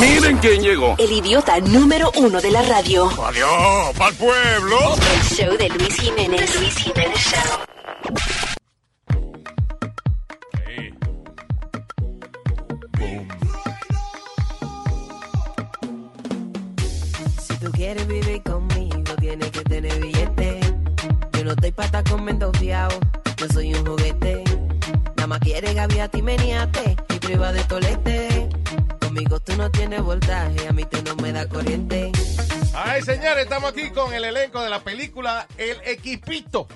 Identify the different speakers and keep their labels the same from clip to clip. Speaker 1: Miren quién llegó.
Speaker 2: El idiota número uno de la radio.
Speaker 1: Adiós, pa'l pueblo.
Speaker 2: El show de Luis Jiménez. Luis Jiménez Show.
Speaker 3: Si tú quieres vivir conmigo, tienes que tener billete. Yo no estoy pata con mendo fiao, yo soy un juguete. Nada más quiere gaviate y meniate y priva de tolete. Conmigo tú no tienes voltaje, a mí tú no me das corriente.
Speaker 4: Ay, señores, estamos aquí con el elenco de la película El Equipito.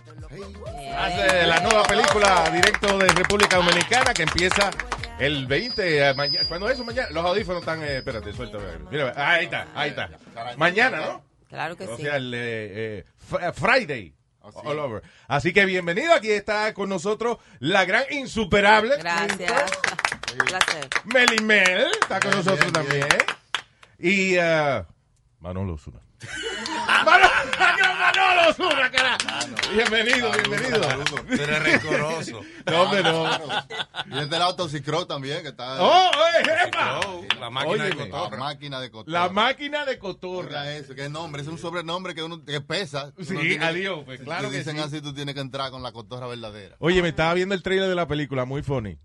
Speaker 4: Hace la nueva película directo de República Dominicana que empieza el 20. eh, mañana. ¿Cuándo es eso? Mañana. Los audífonos están. eh, espérate, suelta. Mira, ahí está, ahí está. Mañana, ¿no?
Speaker 3: Claro que
Speaker 4: O
Speaker 3: sí.
Speaker 4: sea, el eh, eh, fr- Friday. All over. Así que bienvenido. Aquí está con nosotros la gran insuperable.
Speaker 3: Gracias. Un placer.
Speaker 4: Melimel está con nosotros también. Y eh, Manolo Zuna. Manolo, Manolo Osuna, cara. Bienvenido, bienvenido.
Speaker 5: Tú eres rencoroso.
Speaker 4: No, hombre, no.
Speaker 6: Y es del autocicro también, que está
Speaker 4: Oh, eh, Emma.
Speaker 5: La máquina
Speaker 4: Oye,
Speaker 5: de
Speaker 6: la
Speaker 5: cotorra.
Speaker 6: máquina de cotorra.
Speaker 4: La máquina de cotorra.
Speaker 6: Oiga eso, qué nombre, es un sobrenombre que uno que pesa.
Speaker 4: Sí,
Speaker 6: Uno tiene-
Speaker 4: adiós, pues,
Speaker 6: si
Speaker 4: claro
Speaker 6: te
Speaker 4: que
Speaker 6: dicen
Speaker 4: sí.
Speaker 6: así, tú tienes que entrar con la cotorra verdadera.
Speaker 4: Oye, me estaba viendo el trailer de la película, muy funny.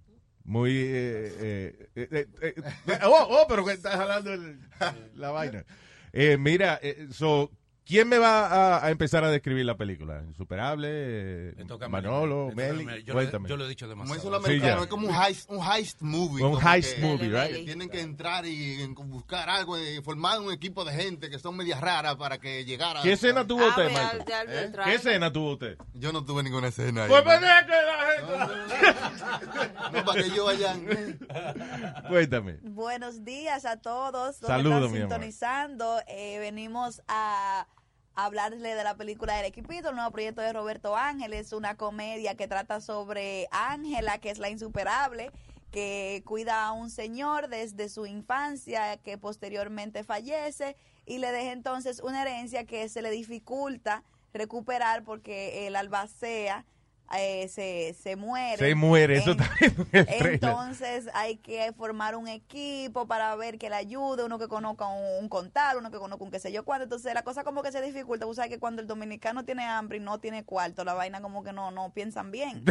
Speaker 4: Muy. Eh, eh, eh, eh, eh, oh, oh, pero que estás hablando el- la vaina. Eh, mira, eh, so, ¿quién me va a, a empezar a describir la película? ¿Insuperable? Eh,
Speaker 5: Me toca a mí.
Speaker 4: Manolo,
Speaker 5: Me toca a mí.
Speaker 4: Meli.
Speaker 5: Yo, lo he-
Speaker 4: Cuéntame.
Speaker 5: yo lo he dicho
Speaker 6: Como
Speaker 5: demasiado.
Speaker 6: eso lo americano,
Speaker 4: ya.
Speaker 6: es como un heist, un heist movie.
Speaker 4: Un
Speaker 6: como
Speaker 4: heist
Speaker 6: que
Speaker 4: movie, right?
Speaker 6: Tienen que entrar y en- buscar algo, eh, formar un equipo de gente que son medias raras para que llegara.
Speaker 4: ¿Qué escena tuvo
Speaker 3: Ah,
Speaker 4: usted,
Speaker 3: ve
Speaker 4: Michael?
Speaker 3: al- ve al- del
Speaker 4: ¿Qué
Speaker 3: trailer.
Speaker 4: escena tuvo usted?
Speaker 6: Yo no tuve ninguna escena. ahí,
Speaker 4: Pues
Speaker 6: ¿no?
Speaker 4: venía que la
Speaker 6: No, para que yo vaya. eh,
Speaker 4: gente. Cuéntame.
Speaker 7: Buenos días a todos. los que
Speaker 4: Saludos,
Speaker 7: están
Speaker 4: mi amor.
Speaker 7: sintonizando. Eh, venimos a hablarle de la película El Equipito, el nuevo proyecto de Roberto Ángel. Es una comedia que trata sobre Ángela, que es la insuperable, que cuida a un señor desde su infancia, que posteriormente fallece y le deja entonces una herencia que se le dificulta recuperar porque el albacea eh, se, se muere.
Speaker 4: Se muere, eso
Speaker 7: En-
Speaker 4: está en el trailer.
Speaker 7: entonces hay que formar un equipo para ver que le ayude, uno que conozca un, un contable, uno que conozca un qué sé yo cuánto. Entonces la cosa como que se dificulta. Tú sabes que cuando el dominicano tiene hambre y no tiene cuarto, la vaina como que no, no piensan bien.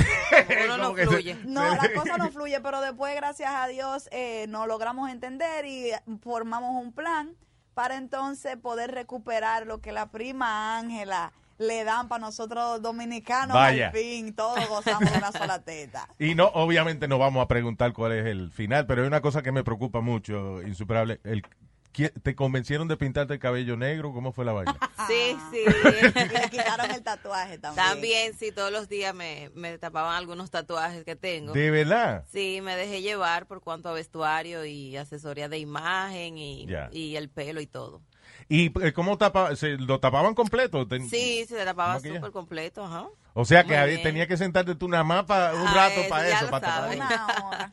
Speaker 3: Uno no
Speaker 4: Como que se-
Speaker 3: fluye.
Speaker 7: No, la cosa no fluye, pero después, gracias a Dios, eh, nos logramos entender y formamos un plan para entonces poder recuperar lo que la prima Ángela le dan para nosotros dominicanos.
Speaker 4: Vaya.
Speaker 7: Al fin, todos gozamos de una sola teta.
Speaker 4: Y no, obviamente no vamos a preguntar cuál es el final, pero hay una cosa que me preocupa mucho, insuperable. El, ¿qui- ¿Te convencieron de pintarte el cabello negro? ¿Cómo fue la vaina?
Speaker 3: Sí, sí.
Speaker 7: Y le quitaron el tatuaje también.
Speaker 3: También, sí, todos los días me, me tapaban algunos tatuajes que tengo.
Speaker 4: ¿De verdad?
Speaker 3: Sí, me dejé llevar por cuanto a vestuario y asesoría de imagen y,
Speaker 4: Ya.
Speaker 3: y el pelo y todo.
Speaker 4: ¿Y eh, cómo tapa, se, lo tapaban completo? Ten-
Speaker 3: Sí, se tapaba
Speaker 4: Mm, maquillaje?
Speaker 3: súper completo, ajá.
Speaker 4: O sea que
Speaker 3: Muy
Speaker 4: había-
Speaker 3: bien.
Speaker 4: tenía que sentarte tú nada más pa- un
Speaker 3: Ah,
Speaker 4: rato
Speaker 3: eso
Speaker 4: para
Speaker 3: ya
Speaker 4: eso.
Speaker 3: lo
Speaker 4: pa tapar.
Speaker 3: sabes.
Speaker 7: Una hora.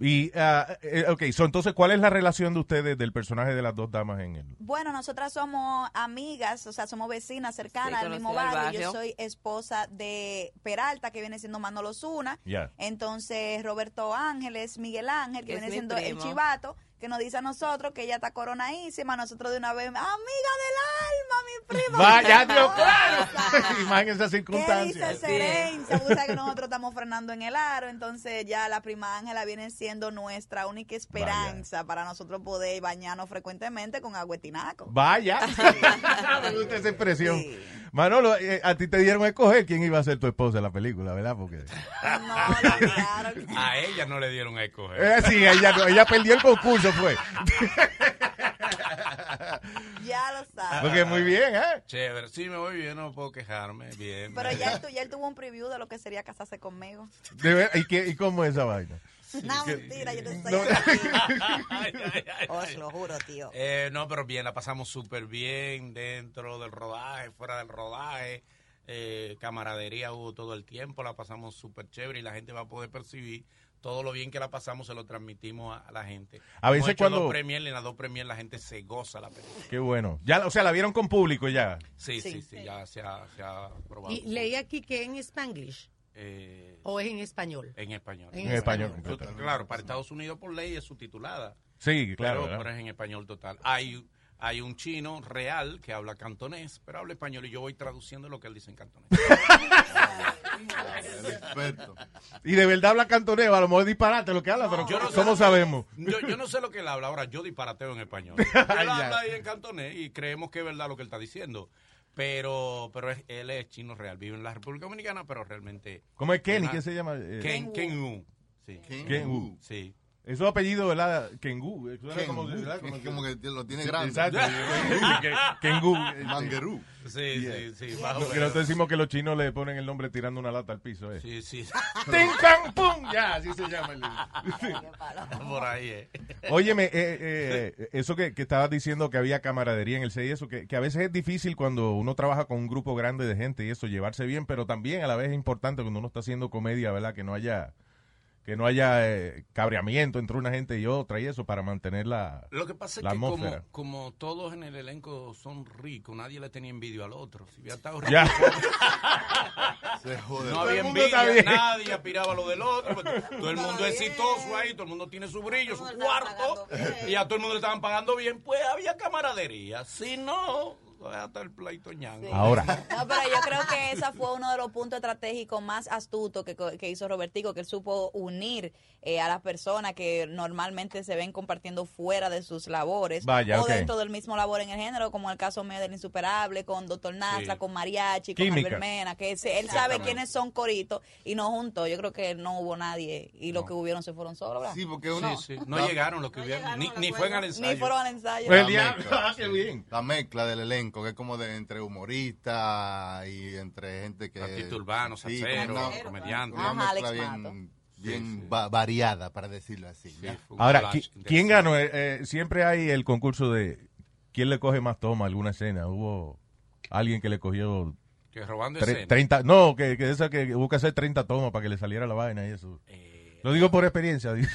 Speaker 4: Y, ah, eh, ok, so, entonces, ¿cuál es la relación de ustedes del personaje de las dos damas en él?
Speaker 7: Bueno, nosotras somos amigas, o sea, somos vecinas cercanas
Speaker 3: Sí,
Speaker 7: al mismo
Speaker 3: conocida
Speaker 7: barrio.
Speaker 3: del barrio.
Speaker 7: Yo soy esposa de Peralta, que viene siendo Manolo Zuna.
Speaker 4: Ya.
Speaker 7: Entonces, Roberto Ángeles, Miguel Ángel, que
Speaker 3: Es
Speaker 7: viene
Speaker 3: mi
Speaker 7: siendo el
Speaker 3: primo.
Speaker 7: chivato, que nos dice a nosotros que ella está coronadísima. Nosotros de una vez, amiga del alma, mi prima.
Speaker 4: Vaya, Dios, claro.
Speaker 7: Cosa.
Speaker 3: Ah.
Speaker 4: Imagínense esas
Speaker 7: ¿Qué dice
Speaker 4: circunstancias.
Speaker 3: Así es.
Speaker 7: Serenza? Tú sabes que nosotros estamos frenando en el aro, entonces ya la prima Ángela viene siendo nuestra única esperanza para nosotros poder bañarnos frecuentemente con agüetinaco.
Speaker 4: Vaya. Me gusta esa expresión.
Speaker 7: Sí.
Speaker 4: Manolo, eh, a ti te dieron a escoger quién iba a ser tu esposa en la película, ¿verdad? Porque... eh,
Speaker 7: No, no, claro. que-
Speaker 5: A ella no le dieron a escoger.
Speaker 4: Eh, sí, ella, no, ella perdió el concurso, fue.
Speaker 7: Ya lo sabes.
Speaker 4: Porque muy bien, ¿eh?
Speaker 5: Chévere. Sí, me voy bien, no puedo quejarme. Bien.
Speaker 7: Pero
Speaker 5: bien.
Speaker 7: ya él, tu- ya él tuvo un preview de lo que sería casarse conmigo.
Speaker 4: De ver- ¿y, qué- ¿Y cómo es esa vaina?
Speaker 7: no, mentira, yo te estoy
Speaker 4: No.
Speaker 7: hablando.
Speaker 5: Ay, ay, ay,
Speaker 7: Os
Speaker 5: ay.
Speaker 7: Oh, lo juro, tío.
Speaker 5: Eh, no, pero bien, la pasamos súper bien dentro del rodaje, fuera del rodaje. Eh, camaradería hubo todo el tiempo, la pasamos súper chévere y la gente va a poder percibir todo lo bien que la pasamos, se lo transmitimos a, a la gente.
Speaker 4: A veces
Speaker 5: Hemos hecho
Speaker 4: cuando-
Speaker 5: Dos premier, y en las dos premier la gente se goza la película.
Speaker 4: Qué bueno. Ya, o sea, la vieron con público ya.
Speaker 5: Sí, sí,
Speaker 7: Sí.
Speaker 5: sí, ya se ha, se ha probado.
Speaker 8: Y leí aquí que en Spanglish.
Speaker 5: eh,
Speaker 8: ¿O es en español?
Speaker 5: en español.
Speaker 8: En
Speaker 4: En español
Speaker 5: Yo-
Speaker 4: completo.
Speaker 5: Claro, para Estados Unidos por ley es subtitulada.
Speaker 4: Sí, claro.
Speaker 5: pero, pero
Speaker 4: ¿verdad?
Speaker 5: es en español total. Hay, hay un chino real que habla cantonés, pero habla español y yo voy traduciendo lo que él dice en cantonés.
Speaker 6: El experto.
Speaker 4: Y de verdad habla cantonés, a lo mejor disparate lo que habla, pero
Speaker 5: yo no sé.
Speaker 4: ¿cómo sabemos?
Speaker 5: Yo, yo no sé lo que él habla, ahora yo disparateo en español. Él
Speaker 4: Ya.
Speaker 5: habla ahí en cantonés y creemos que es verdad lo que él está diciendo. Pero, pero es- él es chino real, vive en la República Dominicana, pero realmente...
Speaker 4: ¿Cómo es Kenny?
Speaker 5: Ajá.
Speaker 4: ¿Qué se llama? Eh,
Speaker 5: Ken, Ken Wu. Sí.
Speaker 6: Ken
Speaker 4: Ken Wu.
Speaker 6: Wu.
Speaker 5: Sí.
Speaker 4: Es su apellido, ¿verdad? Kengu. eh, suena
Speaker 6: Ken
Speaker 4: como-
Speaker 6: Wu,
Speaker 4: ¿verdad?
Speaker 6: que
Speaker 4: Como-
Speaker 6: es como que lo tiene
Speaker 4: Sí,
Speaker 6: grande.
Speaker 4: exacto. Ken- Kengu. eh,
Speaker 6: Manguerú.
Speaker 5: Sí,
Speaker 4: Yeah.
Speaker 5: sí, sí, más
Speaker 4: Que
Speaker 5: o menos.
Speaker 4: nosotros decimos que los chinos le ponen el nombre tirando una lata al piso. Eh.
Speaker 5: Sí, sí.
Speaker 4: ¡Tin, can, pum! Ya, así se llama el...
Speaker 5: Por ahí, eh.
Speaker 4: Óyeme, eh, eh, eh, eso que, que estabas diciendo que había camaradería en el set y eso, que, que a veces es difícil cuando uno trabaja con un grupo grande de gente y eso, llevarse bien, pero también a la vez es importante cuando uno está haciendo comedia, ¿verdad? Que no haya que no haya eh, cabreamiento entre una gente y otra y eso para mantener la...
Speaker 5: Lo que pasa es
Speaker 4: La
Speaker 5: que
Speaker 4: atmósfera.
Speaker 5: como, como todos en el elenco son ricos, nadie le tenía envidia al otro. Si hubiera estado rico,
Speaker 4: Ya,
Speaker 6: Se jode.
Speaker 5: no había
Speaker 4: el mundo está
Speaker 5: envidia,
Speaker 4: bien.
Speaker 5: nadie aspiraba a lo del otro. pues, todo el mundo
Speaker 7: bien.
Speaker 5: exitoso ahí, todo el mundo tiene su brillo, su
Speaker 7: Todo el mundo estaba
Speaker 5: cuarto,
Speaker 7: pagando bien.
Speaker 5: y a todo el mundo le estaban pagando bien, pues había camaradería. Si no, hasta el pleito ñango.
Speaker 4: ahora.
Speaker 7: No, pero yo creo que ese fue uno de los puntos estratégicos más astutos que, co- que hizo Robertico, que él supo unir eh, a las personas que normalmente se ven compartiendo fuera de sus labores
Speaker 4: Vaya,
Speaker 7: o
Speaker 4: ok.
Speaker 7: dentro del mismo labor en el género, como el caso mío del Insuperable, con Doctor Nasla,
Speaker 5: Sí.
Speaker 7: con Mariachi, con
Speaker 4: Química.
Speaker 7: Albert Mena, que ese- él sabe
Speaker 5: Exactamente.
Speaker 7: quiénes son coritos y no juntos. Yo creo que no hubo nadie y los
Speaker 5: No.
Speaker 7: que hubieron se fueron solos, ¿verdad?
Speaker 6: Sí, porque
Speaker 5: Sí,
Speaker 6: uno.
Speaker 5: sí, No llegaron los que hubieron, ni, ni fueron al ensayo.
Speaker 7: Ni fueron al ensayo.
Speaker 4: Pues el
Speaker 6: La
Speaker 4: diablo,
Speaker 6: mezcla,
Speaker 4: hace bien.
Speaker 6: La mezcla del elenco, que es como de entre humoristas y entre gente que.
Speaker 5: Artista urbano,
Speaker 6: Sí,
Speaker 5: salsero,
Speaker 6: como una-
Speaker 5: comediante.
Speaker 6: una
Speaker 7: Ajá,
Speaker 6: mezcla
Speaker 7: Alex
Speaker 6: bien, bien
Speaker 5: Sí, sí.
Speaker 6: va- variada, para decirlo así.
Speaker 5: Sí,
Speaker 6: ¿ya?
Speaker 5: fue un
Speaker 4: Ahora,
Speaker 5: collage
Speaker 4: ¿qui- ¿quién
Speaker 5: interesante.
Speaker 4: ganó? Eh, eh, siempre hay el concurso de quién le coge más toma a alguna escena. Hubo alguien que le cogió
Speaker 5: Que robando
Speaker 4: tre-
Speaker 5: escena.
Speaker 4: 30, no, que, que esa que busca hacer 30 tomas para que le saliera la vaina y eso.
Speaker 5: Eh,
Speaker 4: Lo digo por experiencia. digo.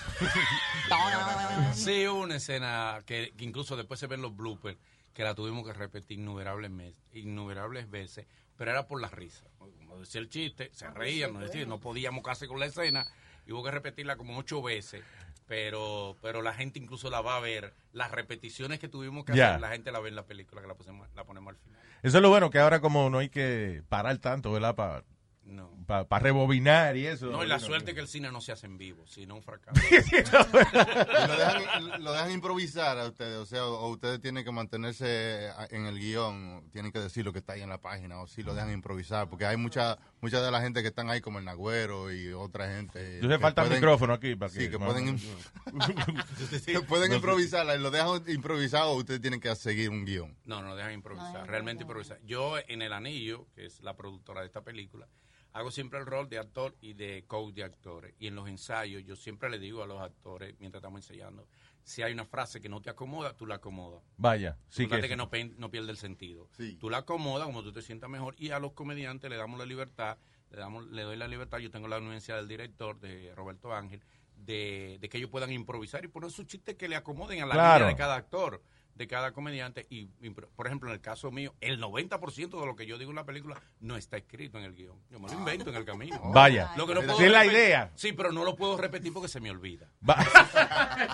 Speaker 5: Sí, hubo una escena que, que incluso después se ven los bloopers, que la tuvimos que repetir innumerables, mes- innumerables veces, pero era por la risa. Como decía el chiste, se reían, no, decía, no podíamos casi con la escena, y hubo que repetirla como ocho veces, pero pero la gente incluso la va a ver. Las repeticiones que tuvimos que
Speaker 4: Ya.
Speaker 5: hacer, la gente la ve en la película, que la, pusemos- la ponemos al final.
Speaker 4: Eso es lo bueno, que ahora como no hay que parar tanto, ¿verdad? Para
Speaker 5: No.
Speaker 4: rebobinar y eso.
Speaker 5: No, y la
Speaker 4: Bueno,
Speaker 5: suerte que el cine no se hace en vivo, sino un fracaso.
Speaker 6: Y lo, dejan, lo dejan improvisar a ustedes, o sea, o ustedes tienen que mantenerse a- en el guión, o tienen que decir lo que está ahí en la página, o si lo dejan improvisar, porque hay mucha mucha de la gente que están ahí, como el Nagüero y otra gente.
Speaker 4: Entonces
Speaker 6: que
Speaker 4: falta
Speaker 6: pueden-
Speaker 4: micrófono aquí. Para
Speaker 6: Sí, que
Speaker 4: bueno,
Speaker 6: pueden, im- que pueden improvisarla, y lo dejan improvisado, ustedes tienen que seguir un guión.
Speaker 5: No, no dejan improvisar, realmente improvisar. Yo en El Anillo, que es la productora de esta película, hago siempre el rol de actor y de coach de actores. Y en los ensayos yo siempre le digo a los actores, mientras estamos ensayando, si hay una frase que no te acomoda, tú la acomodas.
Speaker 4: Vaya, sí
Speaker 5: Fíjate
Speaker 4: que,
Speaker 5: que, no, pe- no pierde el sentido.
Speaker 6: Sí.
Speaker 5: Tú la acomodas como tú te sientas mejor y a los comediantes le damos la libertad, le, damos, le doy la libertad, yo tengo la anuencia del director, de Roberto Ángel, de, de que ellos puedan improvisar y poner sus chistes que le acomoden a la
Speaker 4: Claro.
Speaker 5: línea de cada actor, de cada comediante. Y, impro- por ejemplo, en el caso mío, el 90% de lo que yo digo en la película no está escrito en el guión. Yo
Speaker 6: Ah,
Speaker 5: me lo invento en el camino.
Speaker 4: Vaya.
Speaker 5: Lo que no
Speaker 4: Esa
Speaker 5: puedo
Speaker 4: es la
Speaker 5: repetir-
Speaker 4: idea.
Speaker 5: Sí, pero no lo puedo repetir porque se me olvida.
Speaker 4: Va-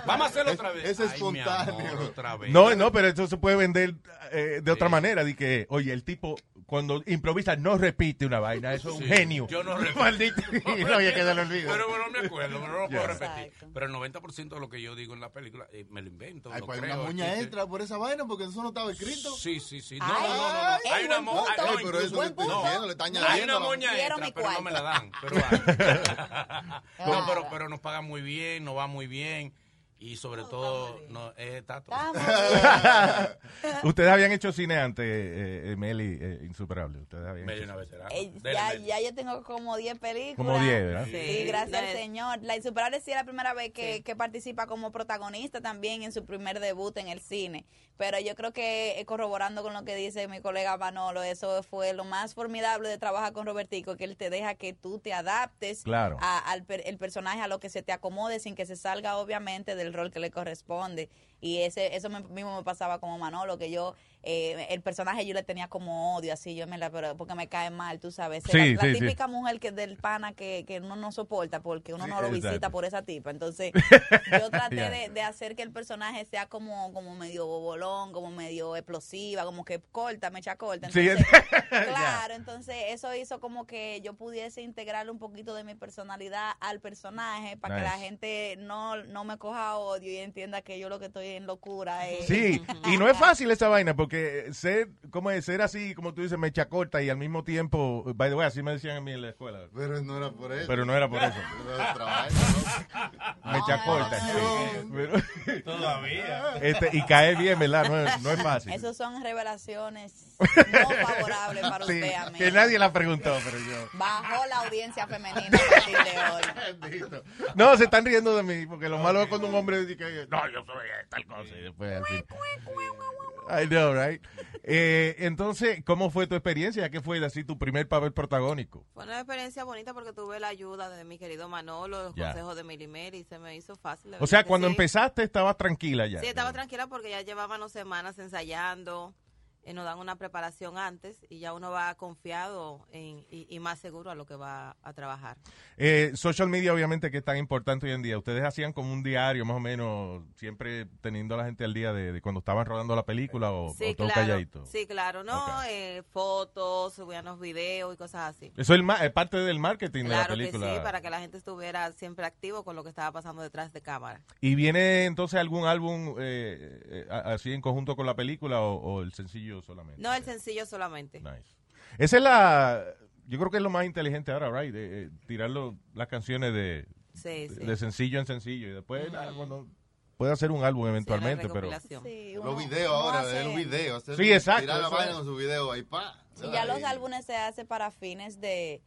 Speaker 5: Vamos a hacerlo
Speaker 6: Es-
Speaker 5: otra vez.
Speaker 6: es
Speaker 5: Ay, mi
Speaker 6: espontáneo.
Speaker 5: amor, otra vez.
Speaker 4: No, no, pero eso se puede vender eh, de otra
Speaker 5: Pues, Sí.
Speaker 4: manera. De que, oye, el tipo cuando improvisa no repite una vaina, eso es un
Speaker 5: Sí,
Speaker 4: genio.
Speaker 5: yo no repito.
Speaker 4: Maldito. No, ya que se lo olvido.
Speaker 5: Pero no me acuerdo, pero no lo puedo
Speaker 4: Ya.
Speaker 5: repetir.
Speaker 7: Exacto.
Speaker 5: Pero el 90% de lo que yo digo en la película eh, me lo invento.
Speaker 6: Hay
Speaker 5: lo
Speaker 6: pues,
Speaker 5: creo, este,
Speaker 6: una moña
Speaker 5: chiste.
Speaker 6: extra por esa vaina, porque eso no estaba escrito.
Speaker 5: Sí, sí, sí. No,
Speaker 7: Ay,
Speaker 5: no, no, no.
Speaker 7: ey,
Speaker 5: Hay una
Speaker 7: buen punto.
Speaker 5: moña.
Speaker 7: Ay,
Speaker 5: No,
Speaker 6: pero eso
Speaker 5: incluso-
Speaker 6: le está
Speaker 5: no,
Speaker 6: añadiendo, le está
Speaker 5: Hay
Speaker 6: añadiendo
Speaker 5: una
Speaker 6: la-
Speaker 5: moña
Speaker 7: Quiero
Speaker 5: extra,
Speaker 7: mi
Speaker 5: pero no me la dan. Pero hay. no, pero, pero nos pagan muy bien, nos va muy bien. Y sobre todo, no, eh, Tato.
Speaker 4: Ustedes habían hecho cine antes, eh, eh, Meli, eh, insuperable. Ustedes habían
Speaker 5: Medio
Speaker 4: hecho
Speaker 5: una veterana.
Speaker 7: Eh, ya,
Speaker 5: Dele, dele.
Speaker 7: ya yo tengo como 10 películas.
Speaker 4: Como 10, ¿verdad?
Speaker 7: Sí, gracias al
Speaker 8: La-
Speaker 7: Señor. La Insuperable sí es la primera vez que, que participa como protagonista también en su primer debut en el cine. Pero yo creo que eh, corroborando con lo que dice mi colega Manolo, eso fue lo más formidable de trabajar con Robertico, que él te deja que tú te adaptes
Speaker 4: Claro.
Speaker 7: a- al per- el personaje, a lo que se te acomode sin que se salga obviamente del rol que le corresponde. Y ese eso me- mismo me pasaba como Manolo, que yo, eh, el personaje yo le tenía como odio, así, yo me la, pero porque me cae mal, tú sabes.
Speaker 4: Sí,
Speaker 7: la, la
Speaker 4: sí, sí.
Speaker 7: típica mujer que del pana que, que uno no soporta porque uno
Speaker 4: Sí,
Speaker 7: no lo visita
Speaker 4: exacto.
Speaker 7: por esa tipa. Entonces, yo traté
Speaker 4: Ya.
Speaker 7: de, de hacer que el personaje sea como, como medio bobolón, como medio explosiva, como que corta, mecha corta.
Speaker 4: Sí,
Speaker 7: Entonces,
Speaker 4: ya.
Speaker 7: Claro, entonces eso hizo como que yo pudiese integrarle un poquito de mi personalidad al personaje para que la
Speaker 4: Nice.
Speaker 7: gente no, no me coja odio y entienda que yo lo que estoy en locura es...
Speaker 4: Sí, y no es fácil esa vaina, porque ser, ¿cómo es? ser así, como tú dices, mecha corta y al mismo tiempo, by the way, así me decían a mí en la escuela,
Speaker 6: Pero no era por eso.
Speaker 4: pero no era por eso,
Speaker 6: Era otro trabajo,
Speaker 4: mecha corta.
Speaker 6: no.
Speaker 4: Pero-
Speaker 5: Todavía.
Speaker 4: este, y caer bien, ¿verdad? No es, no es fácil.
Speaker 7: Esas son revelaciones no favorables para
Speaker 4: Sí,
Speaker 7: usted, amigo.
Speaker 4: que nadie la preguntó, pero yo...
Speaker 7: Bajó la audiencia femenina a partir de hoy.
Speaker 6: Bendito.
Speaker 4: No, se están riendo de mí, porque lo malo es cuando un hombre dice que no, yo soy tal cosa. Y después al fin. I know, right? Eh, entonces, ¿cómo fue tu experiencia? ¿Qué fue así tu primer papel protagónico?
Speaker 8: Fue una experiencia bonita porque tuve la ayuda de mi querido Manolo, los
Speaker 4: Ya.
Speaker 8: consejos de Milimel y se me hizo fácil. de
Speaker 4: O sea,
Speaker 8: verdad que
Speaker 4: cuando
Speaker 8: sí.
Speaker 4: empezaste estabas tranquila ya.
Speaker 8: Sí, estaba tranquila porque ya llevábamos semanas ensayando, eh, nos dan una preparación antes y ya uno va confiado en- y, y más seguro a lo que va a trabajar.
Speaker 4: Eh, social media, obviamente, que es tan importante hoy en día. Ustedes hacían como un diario, más o menos, siempre teniendo a la gente al día de, de cuando estaban rodando la película o,
Speaker 8: sí,
Speaker 4: o todo
Speaker 8: claro.
Speaker 4: calladito.
Speaker 8: Sí, claro, no, eh, fotos, subíamos videos y cosas así.
Speaker 4: Eso es, el ma- es parte del marketing de la
Speaker 8: Claro que sí,
Speaker 4: película.
Speaker 8: para que la gente estuviera siempre activo con lo que estaba pasando detrás de cámara.
Speaker 4: ¿Y viene entonces algún álbum eh, eh, a- así en conjunto con la película o, o el sencillo solamente?
Speaker 8: No el sencillo solamente.
Speaker 4: Nice. Esa es la... Yo creo que es lo más inteligente ahora, right? De, eh, tirar lo- las canciones de,
Speaker 8: Sí, sí. Mm.
Speaker 4: de sencillo en sencillo y después nada, cuando- puede hacer un álbum
Speaker 8: Sí, una
Speaker 4: eventualmente, pero...
Speaker 8: recopilación.
Speaker 7: Sí, uno-
Speaker 6: Los videos
Speaker 7: uno
Speaker 6: ahora,
Speaker 7: hace-
Speaker 6: el video. hacer-
Speaker 4: Sí, exacto,
Speaker 6: Tirar la
Speaker 4: eso
Speaker 6: vaina
Speaker 4: es.
Speaker 6: con su video ahí, pa.
Speaker 7: Y ya los
Speaker 6: Ahí.
Speaker 7: álbumes se hace para fines de,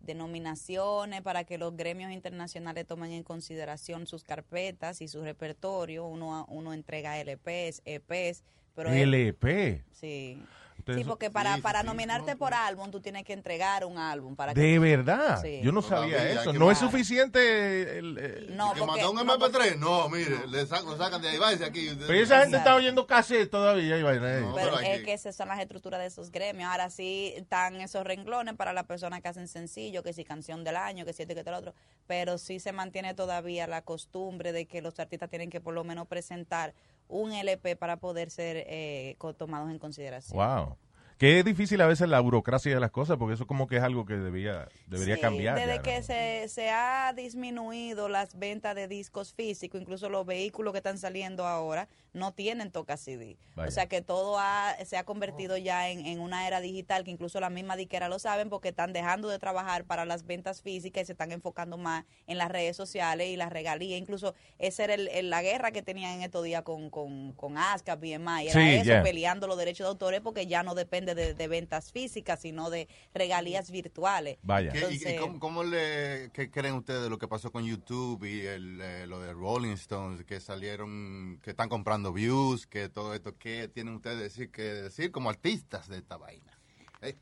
Speaker 7: de nominaciones, para que los gremios internacionales tomen en consideración sus carpetas y su repertorio. Uno, uno entrega LPs, EPs, pero... es-
Speaker 4: E LP.
Speaker 7: sí.
Speaker 4: Ustedes
Speaker 7: Sí,
Speaker 4: son-
Speaker 7: porque para,
Speaker 6: sí,
Speaker 7: para
Speaker 6: sí,
Speaker 7: nominarte
Speaker 6: no,
Speaker 7: por
Speaker 6: no.
Speaker 7: álbum, tú tienes que entregar un álbum. para que
Speaker 4: De verdad.
Speaker 7: Sí.
Speaker 4: Yo no
Speaker 6: Todavía
Speaker 4: sabía
Speaker 6: hay
Speaker 4: eso.
Speaker 6: que
Speaker 4: No es
Speaker 6: bajar.
Speaker 4: suficiente... el- eh, el-
Speaker 7: No,
Speaker 6: que
Speaker 7: porque-
Speaker 6: mandó un
Speaker 7: no, porque-
Speaker 6: MP3. No, mire, le sac- lo sacan de ahí, váyase aquí.
Speaker 4: Pero Pues esa gente
Speaker 7: Exacto.
Speaker 4: está oyendo casi todavía. y vaina, eh.
Speaker 6: No,
Speaker 7: pero
Speaker 6: pero hay
Speaker 7: es
Speaker 6: que-
Speaker 7: que esas son las estructuras de esos gremios. Ahora sí están esos renglones para las personas que hacen sencillo, que si canción del año, que si esto y que tal otro. Pero sí se mantiene todavía la costumbre de que los artistas tienen que por lo menos presentar un LP para poder ser eh, co- tomados en consideración.
Speaker 4: Wow. Que es difícil a veces la burocracia de las cosas, porque eso como que es algo que debía, debería
Speaker 7: Sí,
Speaker 4: cambiar.
Speaker 7: Desde
Speaker 4: ya,
Speaker 7: que
Speaker 4: ¿no?
Speaker 7: se, se ha disminuido las ventas de discos físicos, incluso los vehículos que están saliendo ahora no tienen toca CD.
Speaker 4: Vaya.
Speaker 7: O sea que todo ha- se ha convertido ya en, en una era digital que incluso las mismas diqueras lo saben porque están dejando de trabajar para las ventas físicas y se están enfocando más en las redes sociales y las regalías. Incluso esa era el- el- la guerra que tenían en estos días con, con, con ASCAP y demás. Y era
Speaker 4: Sí,
Speaker 7: eso,
Speaker 4: ya.
Speaker 7: peleando los derechos de autores porque ya no depende de, de ventas físicas, sino de regalías virtuales.
Speaker 4: Vaya.
Speaker 6: ¿Qué- y- y,
Speaker 7: Entonces-
Speaker 6: cómo, cómo le, qué creen ustedes de lo que pasó con YouTube y el, eh, lo de Rolling Stones que salieron, que están comprando views, que todo esto? ¿Qué tienen ustedes decir, que decir como artistas de esta vaina? Eh,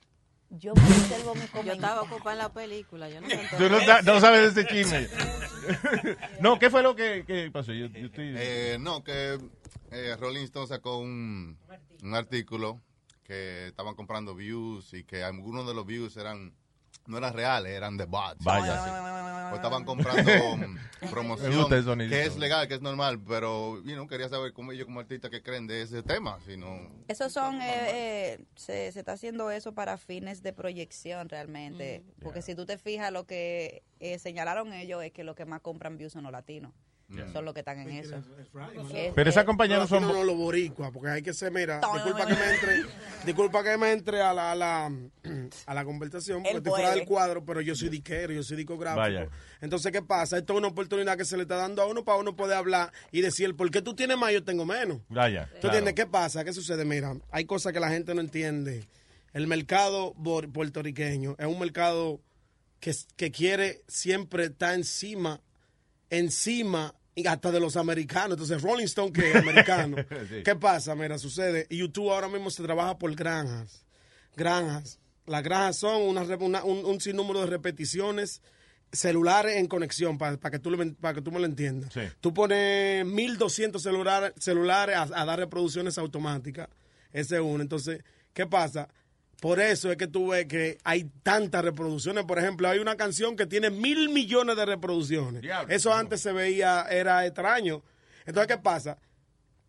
Speaker 7: Yo conservo mi
Speaker 8: Yo estaba
Speaker 7: comentario.
Speaker 8: ocupada en la película, yo no me enteré.
Speaker 4: Tú no, ta- no sabes de ese chisme. no, ¿qué fue lo que, que pasó? Yo, yo estoy...
Speaker 6: eh, no, que eh, Rolling Stones sacó un, un artículo que estaban comprando views y que algunos de los views eran no eran reales, eran de bots.
Speaker 4: Vaya.
Speaker 6: Así.
Speaker 7: Ah.
Speaker 6: O estaban comprando mm, promoción,
Speaker 4: Me gusta el sonidito.
Speaker 6: que es legal, que es normal, pero you know, quería saber cómo ellos como artistas que creen de ese tema, si no...
Speaker 7: Esos son, eh, eh, se, se está haciendo eso para fines de proyección realmente.
Speaker 6: Mm.
Speaker 7: Porque si tú te fijas, lo que eh, señalaron ellos es que lo que más compran views son los latinos. Son los que están en eso. Es-
Speaker 4: Pero esa
Speaker 7: es-
Speaker 4: compañía no
Speaker 9: Los
Speaker 4: son...
Speaker 9: latinos no los boricuas, porque hay que ser, mira,
Speaker 7: No, no,
Speaker 9: disculpa
Speaker 7: no,
Speaker 9: que
Speaker 7: no.
Speaker 9: me entre, disculpa que me entre a la, a la, a la conversación, porque
Speaker 7: Él
Speaker 9: estoy fuera
Speaker 7: puede.
Speaker 9: del cuadro, pero yo soy diquero, yo soy discográfico.
Speaker 4: Vaya.
Speaker 9: Entonces, ¿qué pasa? Esto es una oportunidad que se le está dando a uno para uno poder hablar y decir, ¿por qué tú tienes más, yo tengo menos?
Speaker 4: Vaya.
Speaker 9: ¿Tú
Speaker 4: claro.
Speaker 9: entiendes? ¿Qué pasa? ¿Qué sucede? Mira, hay cosas que la gente no entiende. El mercado bor- puertorriqueño es un mercado que, s- que quiere siempre estar encima, encima y hasta de los americanos. Entonces, Rolling Stone, que es americano.
Speaker 4: Sí.
Speaker 9: ¿Qué pasa? Mira, sucede. Y YouTube ahora mismo se trabaja por granjas. Granjas. Las granjas son una, re- una- un, un sinnúmero de repeticiones celulares en conexión, para que, tú lo- pa' que tú me lo entiendas.
Speaker 4: Sí.
Speaker 9: Tú pones 1200 celulares, celulares a, a dar reproducciones automáticas. Ese es uno. Entonces, ¿qué pasa? Por eso es que tú ves que hay tantas reproducciones. Por ejemplo, hay una canción que tiene mil millones de reproducciones.
Speaker 4: Diablo.
Speaker 9: Eso antes se veía, era extraño. Entonces, ¿qué pasa?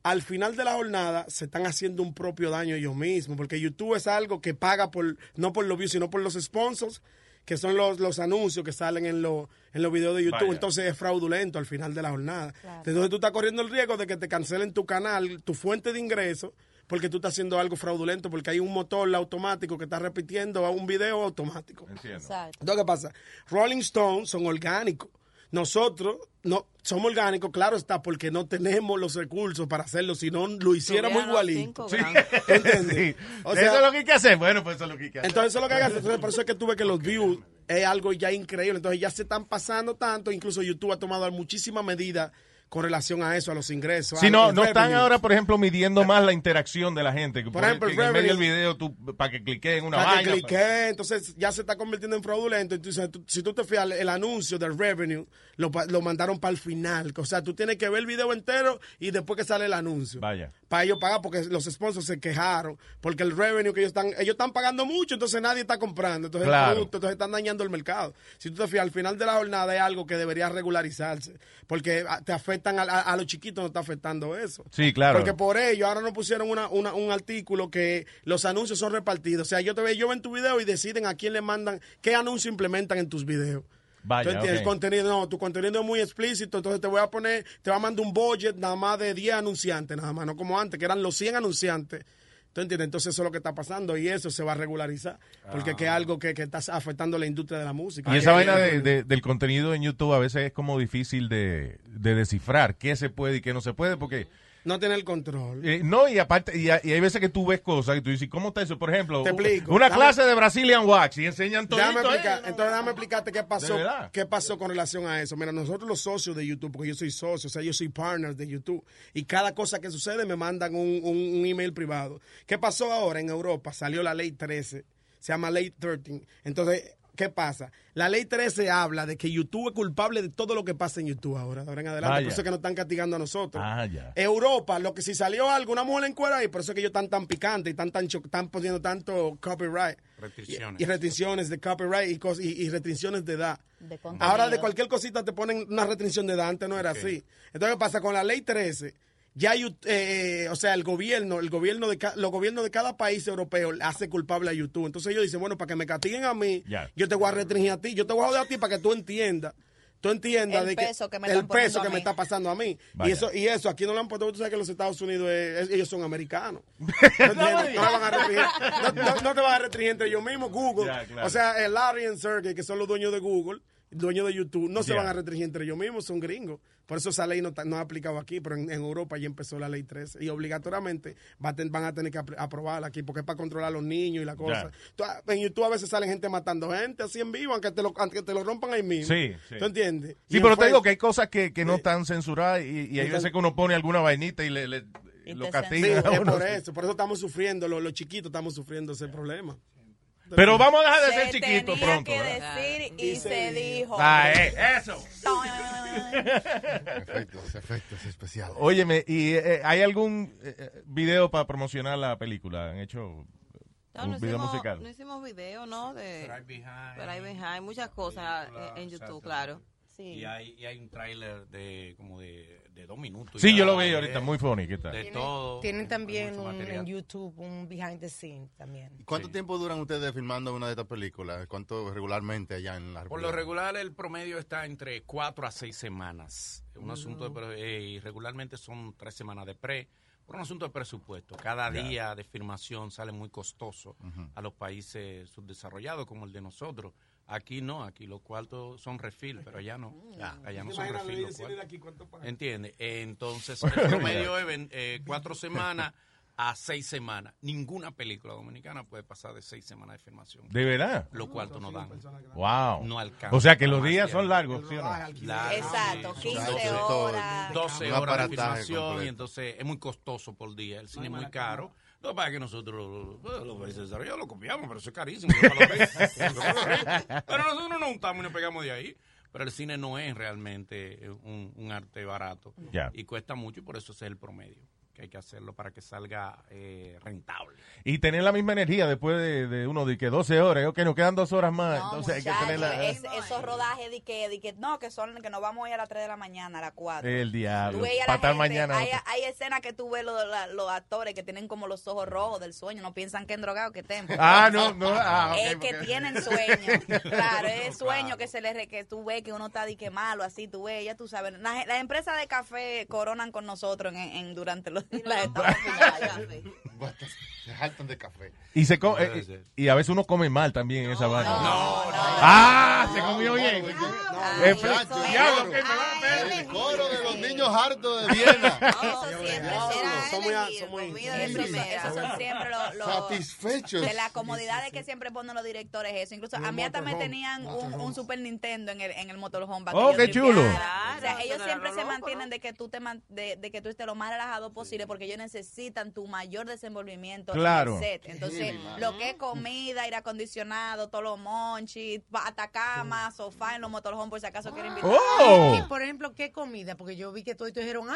Speaker 9: al final de la jornada se están haciendo un propio daño ellos mismos, porque YouTube es algo que paga por, no por los views, sino por los sponsors, que son los, los anuncios que salen en, los en los videos de YouTube.
Speaker 4: Vaya.
Speaker 9: Entonces es fraudulento al final de la jornada. Entonces tú estás corriendo el riesgo de que te cancelen tu canal, tu fuente de ingreso, porque tú estás haciendo algo fraudulento, porque hay un motor automático que está repitiendo a un video automático.
Speaker 4: Entiendo.
Speaker 7: Exacto.
Speaker 9: Entonces, ¿qué pasa? Rolling Stones son orgánicos. Nosotros no somos orgánicos, claro está, porque no tenemos los recursos para hacerlo, si no lo
Speaker 8: Tuvieran
Speaker 9: hiciéramos
Speaker 8: los cinco
Speaker 9: igualito.
Speaker 4: Sí.
Speaker 8: grandes.
Speaker 9: ¿Entiendes?
Speaker 4: Sí.
Speaker 9: O
Speaker 4: eso
Speaker 9: sea-
Speaker 4: es lo que hay que hacer. Bueno, pues eso es lo que hay que hacer.
Speaker 9: Entonces, eso es lo que hagas. Entonces, por eso es que tuve que los views es algo ya increíble. Entonces, ya se están pasando tanto. Incluso YouTube ha tomado muchísimas medidas con relación a eso, a los ingresos.
Speaker 4: Si
Speaker 9: a-
Speaker 4: no,
Speaker 9: al
Speaker 4: no están
Speaker 9: revenue.
Speaker 4: ahora, por ejemplo, midiendo más la interacción de la gente. Por,
Speaker 9: ejemplo,
Speaker 4: ejemplo, en
Speaker 9: el
Speaker 4: el medio del
Speaker 9: revenue.
Speaker 4: video, tú, para que cliques en una
Speaker 9: Para que
Speaker 4: vaina.
Speaker 9: clique, eh, entonces ya se está convirtiendo en fraudulento. Entonces, tú- si tú te fijas, el anuncio del revenue lo, pa- lo mandaron para el final. O sea, tú tienes que ver el video entero y después que sale el anuncio.
Speaker 4: Vaya.
Speaker 9: Para ellos pagar, porque los sponsors se quejaron, porque el revenue que ellos están, ellos están pagando mucho, entonces nadie está comprando. Entonces, el
Speaker 4: Claro.
Speaker 9: producto, entonces están dañando el mercado. Si tú te fijas, al final de la jornada es algo que debería regularizarse, porque ah, te afectan a, a- a los chiquitos, no está afectando eso.
Speaker 4: Sí, claro.
Speaker 9: Porque por ello, ahora nos pusieron una, una- un artículo que los anuncios son repartidos. O sea, yo te veo, yo ven tu video y deciden a quién le mandan, qué anuncio implementan en tus videos.
Speaker 4: Vaya,
Speaker 9: Tú
Speaker 4: ok.
Speaker 9: entiendes, El contenido, no, tu contenido es muy explícito, entonces te voy a poner, te va a mandar un budget nada más de 10 anunciantes, nada más, no como antes, que eran los 100 anunciantes. ¿Tú entiendes? Entonces eso es lo que está pasando y eso se va a regularizar, porque que es algo que, que está afectando a la industria de la música.
Speaker 4: Ah. Y esa vaina de- de- del contenido en YouTube a veces es como difícil de, de descifrar qué se puede y qué no se puede, porque...
Speaker 9: No tener control.
Speaker 4: eh, no, y aparte, y, a- y hay veces que tú ves cosas y tú dices, ¿cómo está eso? Por ejemplo,
Speaker 9: Te explico.
Speaker 4: una
Speaker 9: Dame-
Speaker 4: clase de Brazilian Wax y enseñan todo eh,
Speaker 9: Déjame explicar. Entonces, déjame explicarte qué pasó,
Speaker 4: De verdad.
Speaker 9: qué pasó con relación a eso. Mira, nosotros los socios de YouTube, porque yo soy socio, o sea, yo soy partner de YouTube, y cada cosa que sucede me mandan un, un- un email privado. ¿Qué pasó ahora en Europa? Salió la ley 13, se llama ley 13. Entonces, ¿qué pasa? La ley 13 habla de que YouTube es culpable de todo lo que pasa en YouTube ahora, de ahora en adelante.
Speaker 4: Vaya.
Speaker 9: Por eso es que nos están castigando a nosotros.
Speaker 4: Ah, ya.
Speaker 9: Europa, lo que si salió algo, una mujer en cuera, y por eso es que ellos están tan picantes y están, tan cho- están poniendo tanto copyright.
Speaker 5: Restricciones.
Speaker 9: Y, y restricciones de copyright y, cos- y- y restricciones de edad.
Speaker 7: De contenido.
Speaker 9: Ahora de cualquier cosita te ponen una restricción de edad, antes no era así. Entonces, ¿qué pasa? Con la ley 13, ya hay, eh, o sea, el gobierno, el gobierno de ca- los gobiernos de cada país europeo hace culpable a YouTube. Entonces ellos dicen, bueno, para que me castiguen a mí,
Speaker 4: Ya.
Speaker 9: yo te voy a restringir a ti, yo te voy a joder a ti para que tú entiendas. Tú entiendas
Speaker 7: El
Speaker 9: de
Speaker 7: peso que me
Speaker 9: el
Speaker 7: están poniendo
Speaker 9: peso
Speaker 7: a
Speaker 9: que
Speaker 7: mí.
Speaker 9: me está pasando a mí. Y
Speaker 4: Vaya.
Speaker 9: eso, y eso, aquí no lo han puesto, tú sabes que los Estados Unidos, es- es- ellos son americanos. No, entiendes? No te van a restringir, no, no- no te van a restringir entre ellos mismos, Google.
Speaker 4: Ya, claro.
Speaker 9: O sea, sea, el Larry and Sergey, que son los dueños de Google, dueños de YouTube, no se
Speaker 4: Ya.
Speaker 9: van a restringir entre ellos mismos, son gringos. Por eso esa ley no, ta- no ha aplicado aquí, pero en, en Europa ya empezó la ley 13 y obligatoriamente va a ten- van a tener que apl- aprobarla aquí porque es para controlar a los niños y la cosa. Tú- ah, en YouTube a veces salen gente matando gente así en vivo, aunque te lo, aunque te lo rompan ahí mismo.
Speaker 4: Sí, sí.
Speaker 9: ¿Tú entiendes? Y
Speaker 4: Sí,
Speaker 9: en
Speaker 4: pero te digo
Speaker 9: Facebook-
Speaker 4: que hay cosas que, que no están censuradas y, y hay
Speaker 9: Entonces-
Speaker 4: veces que uno pone alguna vainita y le, le-
Speaker 7: Y
Speaker 4: lo
Speaker 7: te
Speaker 9: Sí,
Speaker 4: castigan.
Speaker 9: es
Speaker 4: a uno.
Speaker 9: por eso, por eso estamos sufriendo, los, los chiquitos estamos sufriendo ese problema.
Speaker 4: Pero vamos a dejar de ser
Speaker 7: Se
Speaker 4: chiquito
Speaker 7: tenía
Speaker 4: pronto.
Speaker 7: que
Speaker 4: ¿verdad?
Speaker 7: decir y se dijo.
Speaker 4: Ah, eh, eso.
Speaker 6: Efectos, efectos especiales.
Speaker 4: Óyeme, ¿y eh, hay algún eh, eh, video para promocionar la película? ¿Han hecho
Speaker 8: No,
Speaker 4: un
Speaker 8: no
Speaker 4: video
Speaker 8: hicimos,
Speaker 4: musical?
Speaker 8: no hicimos video, ¿no? De,
Speaker 5: Pero hay behind.
Speaker 8: pero hay behind, muchas cosas
Speaker 5: película,
Speaker 8: eh, en YouTube,
Speaker 5: exacto.
Speaker 8: claro.
Speaker 7: Sí.
Speaker 5: Y hay, y hay un tráiler de como de, de dos minutos.
Speaker 4: Sí,
Speaker 5: ya,
Speaker 4: yo lo vi
Speaker 5: de-
Speaker 4: ahorita, muy funny, ¿qué tal?
Speaker 5: De todo.
Speaker 10: Tienen también
Speaker 5: mucho
Speaker 10: un,
Speaker 5: material.
Speaker 10: en YouTube un behind the scenes también.
Speaker 6: ¿Cuánto tiempo duran ustedes filmando una de estas películas? ¿Cuánto regularmente allá en la
Speaker 5: Por lo regular, el promedio está entre cuatro a seis semanas. Un
Speaker 10: Ah.
Speaker 5: asunto de. pre- eh, y regularmente son tres semanas de pre. Por un asunto de presupuesto. Cada día de firmación sale muy costoso a los países subdesarrollados como el de nosotros. Aquí no, aquí los cuartos son refil, pero allá no. Allá no son refil. los cuartos. ¿Entiende? Entonces, el promedio es ven- eh, cuatro semanas a seis semanas. Ninguna película dominicana puede pasar de seis semanas de filmación.
Speaker 4: ¿De verdad?
Speaker 5: Los cuartos no dan.
Speaker 4: Wow.
Speaker 5: No alcanza.
Speaker 4: O sea que los
Speaker 5: Jamás
Speaker 4: días son
Speaker 5: llegan.
Speaker 4: largos, ¿sí o no?
Speaker 5: Largo,
Speaker 7: Exacto,
Speaker 5: sí,
Speaker 7: 15
Speaker 5: 12,
Speaker 7: horas.
Speaker 5: 12
Speaker 6: Un
Speaker 5: horas de
Speaker 6: aparataje
Speaker 5: filmación
Speaker 6: completo.
Speaker 5: y entonces es muy costoso por día. El cine es muy caro. Lo que pasa es que nosotros, bueno, los países desarrollados lo copiamos, pero eso es carísimo. eso es para los ricos, eso es para los ricos. pero nosotros nos juntamos y nos pegamos de ahí. Pero el cine no es realmente eh, un, un arte barato.
Speaker 4: Ya.
Speaker 5: Y cuesta mucho y por eso ese es el promedio. Que hay que hacerlo para que salga eh, rentable.
Speaker 4: Y tener la misma energía después de, de uno, de que 12 horas, ok, nos quedan dos horas más.
Speaker 7: No,
Speaker 4: entonces hay que eh,
Speaker 7: muchacho,
Speaker 4: tener la-
Speaker 7: es- esos rodajes de que, de que no, que son que nos vamos a ir a las 3 de la mañana, a las 4.
Speaker 4: El diablo.
Speaker 7: Tú veías a
Speaker 4: Para
Speaker 7: la
Speaker 4: estar
Speaker 7: gente,
Speaker 4: mañana.
Speaker 7: Hay,
Speaker 4: otra.
Speaker 7: hay escenas que tú ves los, la- los actores que tienen como los ojos rojos del sueño, no piensan que en drogado que estén.
Speaker 4: Ah, no, no. Ah, ok,
Speaker 7: es que
Speaker 4: porque-
Speaker 7: tienen sueño. Claro, es sueño
Speaker 5: claro.
Speaker 7: que se les re- que tú ves que uno está de que malo, así tú ves, ya tú sabes. Las, las empresas de café coronan con nosotros en, en- durante los, las etapas finales.
Speaker 6: Basta, se jaltan de café.
Speaker 4: Y, se co-
Speaker 5: Puede
Speaker 4: eh,
Speaker 5: ser.
Speaker 4: y a veces uno come mal también en esa vaina.
Speaker 5: No, no.
Speaker 4: Ah, se comió bien.
Speaker 7: Ay,
Speaker 4: Espera,
Speaker 7: Ah, eso
Speaker 6: diablo,
Speaker 7: es-
Speaker 6: diablo,
Speaker 4: que
Speaker 7: Ay,
Speaker 6: El
Speaker 7: elegir.
Speaker 6: coro de los niños hartos de Viena.
Speaker 7: Eso siempre
Speaker 9: Diablo,
Speaker 7: será
Speaker 9: son muy-
Speaker 7: elegir,
Speaker 9: son muy-
Speaker 7: comida de
Speaker 6: Sí,
Speaker 7: primera.
Speaker 6: sí.
Speaker 7: Esos son siempre los- los,
Speaker 6: Satisfechos.
Speaker 7: de la comodidad de que siempre ponen los directores eso. Incluso a mí hasta me tenían un, un Super Nintendo en el, en el motorhome. para que
Speaker 4: Oh,
Speaker 7: yo
Speaker 4: qué
Speaker 7: tripeara.
Speaker 4: chulo.
Speaker 7: O sea,
Speaker 8: Claro,
Speaker 7: ellos
Speaker 8: eso era
Speaker 7: siempre
Speaker 8: lo
Speaker 7: se
Speaker 8: loco,
Speaker 7: mantienen
Speaker 8: ¿no?
Speaker 7: de que tú te man- de, de que tú estés lo más relajado posible porque ellos necesitan tu mayor desenvolvimiento
Speaker 4: Claro.
Speaker 7: en el set. Entonces, lo que es comida, aire acondicionatacama, todos los monchis, hasta cama, sofá en los motorhome por si acaso quieren invitar.
Speaker 10: Y,
Speaker 4: ¡Oh!
Speaker 10: por ejemplo, ¿qué comida? Porque yo vi que todos todos dijeron, ¡ay,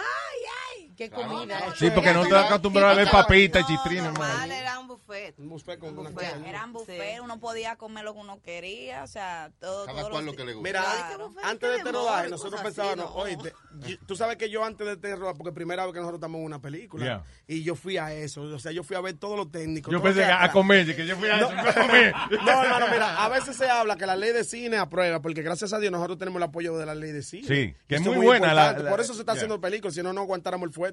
Speaker 10: ay! ¿Qué comida?
Speaker 4: Sí, porque no estás acostumbrado a ver papitas y chitrines,
Speaker 8: normal,
Speaker 4: hermano.
Speaker 8: era un buffet.
Speaker 9: Un buffet con una
Speaker 8: buffet.
Speaker 9: caña.
Speaker 7: Eran buffet,
Speaker 8: Sí.
Speaker 7: uno podía comer lo que uno quería, o sea, todo.
Speaker 6: Cada
Speaker 7: todos
Speaker 6: cual
Speaker 7: los-
Speaker 6: lo que le gusta.
Speaker 9: Mira,
Speaker 7: Claro.
Speaker 9: antes de este
Speaker 8: Qué
Speaker 9: rodaje,
Speaker 8: amor,
Speaker 9: nosotros
Speaker 8: cosas así,
Speaker 9: pensábamos,
Speaker 8: ¿no?
Speaker 9: oye, tú sabes que yo antes de este rodaje, porque primera vez que nosotros estamos en una película,
Speaker 4: Yeah.
Speaker 9: y yo fui a eso, o sea, yo fui a ver todos los técnicos.
Speaker 4: Yo
Speaker 9: todo lo
Speaker 4: pensé
Speaker 9: que
Speaker 4: que a
Speaker 9: atrás.
Speaker 4: comer, de que yo fui a, a comer.
Speaker 9: No, hermano, mira, a veces se habla que la ley de cine aprueba, porque gracias a Dios nosotros tenemos el apoyo de la ley de cine.
Speaker 4: Sí, que es
Speaker 9: Esto
Speaker 4: muy buena la-
Speaker 9: importante,
Speaker 4: la-
Speaker 9: Por eso se está
Speaker 4: ya.
Speaker 9: haciendo películas, si no, no aguantáramos el fuerte.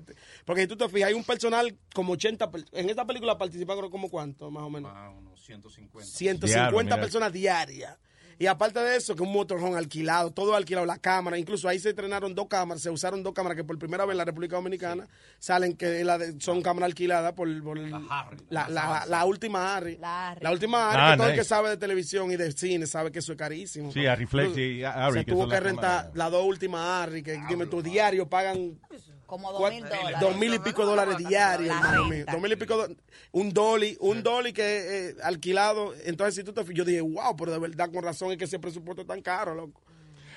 Speaker 9: Porque si tú te fijas, hay un personal como 80, per- en esta película participaron como cuánto, más o menos.
Speaker 5: Más Ah, unos 150.
Speaker 9: 150
Speaker 4: Diablo, mira.
Speaker 9: personas diarias. Y aparte de eso, que un motorhome alquilado, todo alquilado, la cámara, incluso ahí se entrenaron dos cámaras, se usaron dos cámaras que por primera vez en la República Dominicana salen que la de- son cámaras alquiladas por, por la,
Speaker 5: Harry,
Speaker 9: la, la- la última Harry.
Speaker 7: La Harry.
Speaker 9: última Harry,
Speaker 4: Ah,
Speaker 9: que todo el
Speaker 4: nice.
Speaker 9: que sabe de televisión y de cine sabe que eso es carísimo.
Speaker 4: Sí, Harry Flex y Harry,
Speaker 9: Se
Speaker 4: que
Speaker 9: tuvo
Speaker 4: son
Speaker 9: que
Speaker 4: las
Speaker 9: rentar
Speaker 4: cámaras.
Speaker 9: las dos últimas Harry, que dime, tu diario pagan
Speaker 7: Como dos mil
Speaker 9: ¿Cuánto?
Speaker 7: dólares.
Speaker 9: Dos mil y pico dólares diarios,
Speaker 7: La
Speaker 9: hermano mío.
Speaker 7: renta.
Speaker 9: Dos mil y pico. do- Un dolly, un dolly que eh, alquilado. Entonces, si tú te fijas, yo dije, wow, pero de verdad, con razón es que ese presupuesto es tan caro, loco.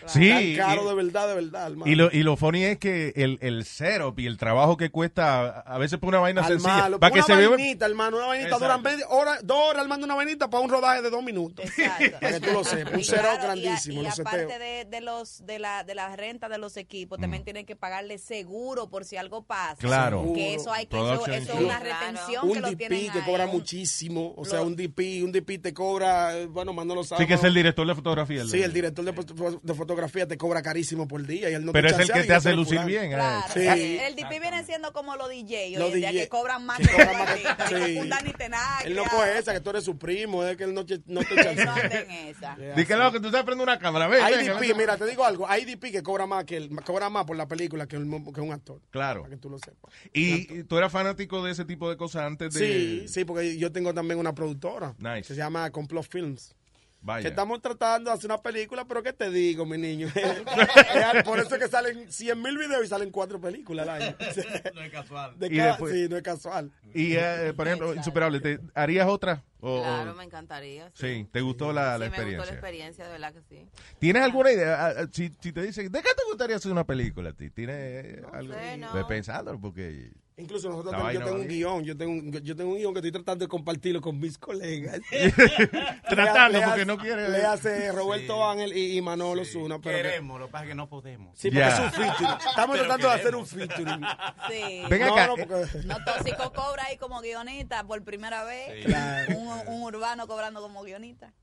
Speaker 4: Sí,
Speaker 9: tan caro
Speaker 4: y-
Speaker 9: de verdad, de verdad, hermano.
Speaker 4: Y lo, y lo funny es que el, el setup y el trabajo que cuesta, a veces por una vaina
Speaker 9: Al
Speaker 4: sencilla,
Speaker 9: malo.
Speaker 4: para que
Speaker 9: una
Speaker 4: se vea...
Speaker 9: vainita, hermano, una vainita
Speaker 4: Exacto.
Speaker 9: duran media hora, dos horas armando una vainita para un rodaje de dos minutos.
Speaker 7: Exacto.
Speaker 9: Para que tú lo sepas, un
Speaker 7: Y
Speaker 9: cero
Speaker 7: claro, y a-
Speaker 9: grandísimo,
Speaker 7: Y,
Speaker 9: no seteo.
Speaker 7: aparte de, de los de la de la renta de los equipos,
Speaker 9: Mm.
Speaker 7: también tienen que pagarle seguro por si algo pasa.
Speaker 4: Claro.
Speaker 7: Que eso hay que eso,
Speaker 4: Production
Speaker 7: eso es una
Speaker 8: insurance.
Speaker 7: retención que
Speaker 9: Un
Speaker 7: lo
Speaker 9: DP
Speaker 7: tienen
Speaker 9: que
Speaker 7: ahí.
Speaker 9: cobra
Speaker 7: Un-
Speaker 9: muchísimo. O sea,
Speaker 7: lo-
Speaker 9: un DP, un DP te cobra, eh, bueno, más no lo sabe.
Speaker 4: Sí, que es el director de fotografía.
Speaker 9: Sí, el director de, foto- de fotografía te cobra carísimo por día y él no
Speaker 4: Pero
Speaker 9: te
Speaker 4: es el
Speaker 9: chancea
Speaker 4: que
Speaker 9: ni
Speaker 4: te hace
Speaker 9: hacer
Speaker 4: lucir
Speaker 9: fulano.
Speaker 4: bien. ¿eh?
Speaker 7: Claro,
Speaker 9: Sí.
Speaker 7: el- el DP viene siendo como los DJ,
Speaker 9: Los
Speaker 7: hoy en día,
Speaker 9: DJ.
Speaker 7: que cobran más
Speaker 9: Sí,
Speaker 7: que
Speaker 9: cobran
Speaker 7: los
Speaker 9: más que-
Speaker 7: artistas,
Speaker 9: sí.
Speaker 7: que un Dani Tenaglia.
Speaker 9: Él no coge esa, que tú eres su primo, es que él no te, no te
Speaker 7: Él no
Speaker 9: chancea.
Speaker 7: anda en esa.
Speaker 4: Dice que loco, tú estás prendiendo una cámara, ve,
Speaker 9: Hay
Speaker 4: ve, que
Speaker 9: DP,
Speaker 4: loco.
Speaker 9: mira, te digo algo, hay DP que cobra más que el, cobra más por la película que, el mo- que un actor.
Speaker 4: Claro.
Speaker 9: Para que tú lo sepas.
Speaker 4: Y tú eras fanático de ese tipo de cosas antes de...
Speaker 9: Sí, sí, porque yo tengo también una productora
Speaker 4: Nice. Ah,
Speaker 9: que se llama Complot Films.
Speaker 4: Vaya.
Speaker 9: Que estamos tratando de hacer una película, pero ¿qué te digo, mi niño? Es Por eso es que salen 100 mil videos y salen cuatro películas al año.
Speaker 5: No es casual.
Speaker 9: De
Speaker 4: Y
Speaker 9: cada-
Speaker 4: después-
Speaker 9: sí, no es casual.
Speaker 4: Y, eh, por ejemplo, Insuperable, ¿te harías otra? O, o-
Speaker 8: Claro, me encantaría.
Speaker 4: Sí, ¿te gustó la,
Speaker 8: Sí,
Speaker 4: la
Speaker 8: me
Speaker 4: experiencia?
Speaker 8: gustó la experiencia, de verdad que sí.
Speaker 4: ¿Tienes alguna idea? Ah, ah, Si, si te dicen, ¿de qué te gustaría hacer una película a ti? ¿Tienes eh, algo?
Speaker 8: sé, no.
Speaker 4: Ve pensándolo, porque...
Speaker 9: Incluso nosotros
Speaker 4: La
Speaker 9: tenemos-
Speaker 4: vaina
Speaker 9: yo tengo
Speaker 4: va
Speaker 9: un
Speaker 4: bien.
Speaker 9: guión, yo tengo un, yo tengo un guión que estoy tratando de compartirlo con mis colegas.
Speaker 4: Tratando,
Speaker 9: Le hace-
Speaker 4: porque no quiere-
Speaker 9: Le hace Roberto Ángel y, y Manolo
Speaker 5: Sí,
Speaker 9: Zuna. Pero que-
Speaker 5: Queremos, lo que pasa es que no podemos.
Speaker 9: sí, porque
Speaker 4: Ya.
Speaker 9: es un featuring. Estamos
Speaker 5: Pero
Speaker 9: tratando de hacer un
Speaker 5: queremos.
Speaker 9: featuring.
Speaker 7: Sí.
Speaker 4: Venga
Speaker 9: No,
Speaker 4: acá.
Speaker 9: no, porque-
Speaker 7: No tóxico cobra ahí como guionista por primera vez.
Speaker 5: Sí.
Speaker 9: Claro.
Speaker 7: Un, un urbano cobrando como guionista.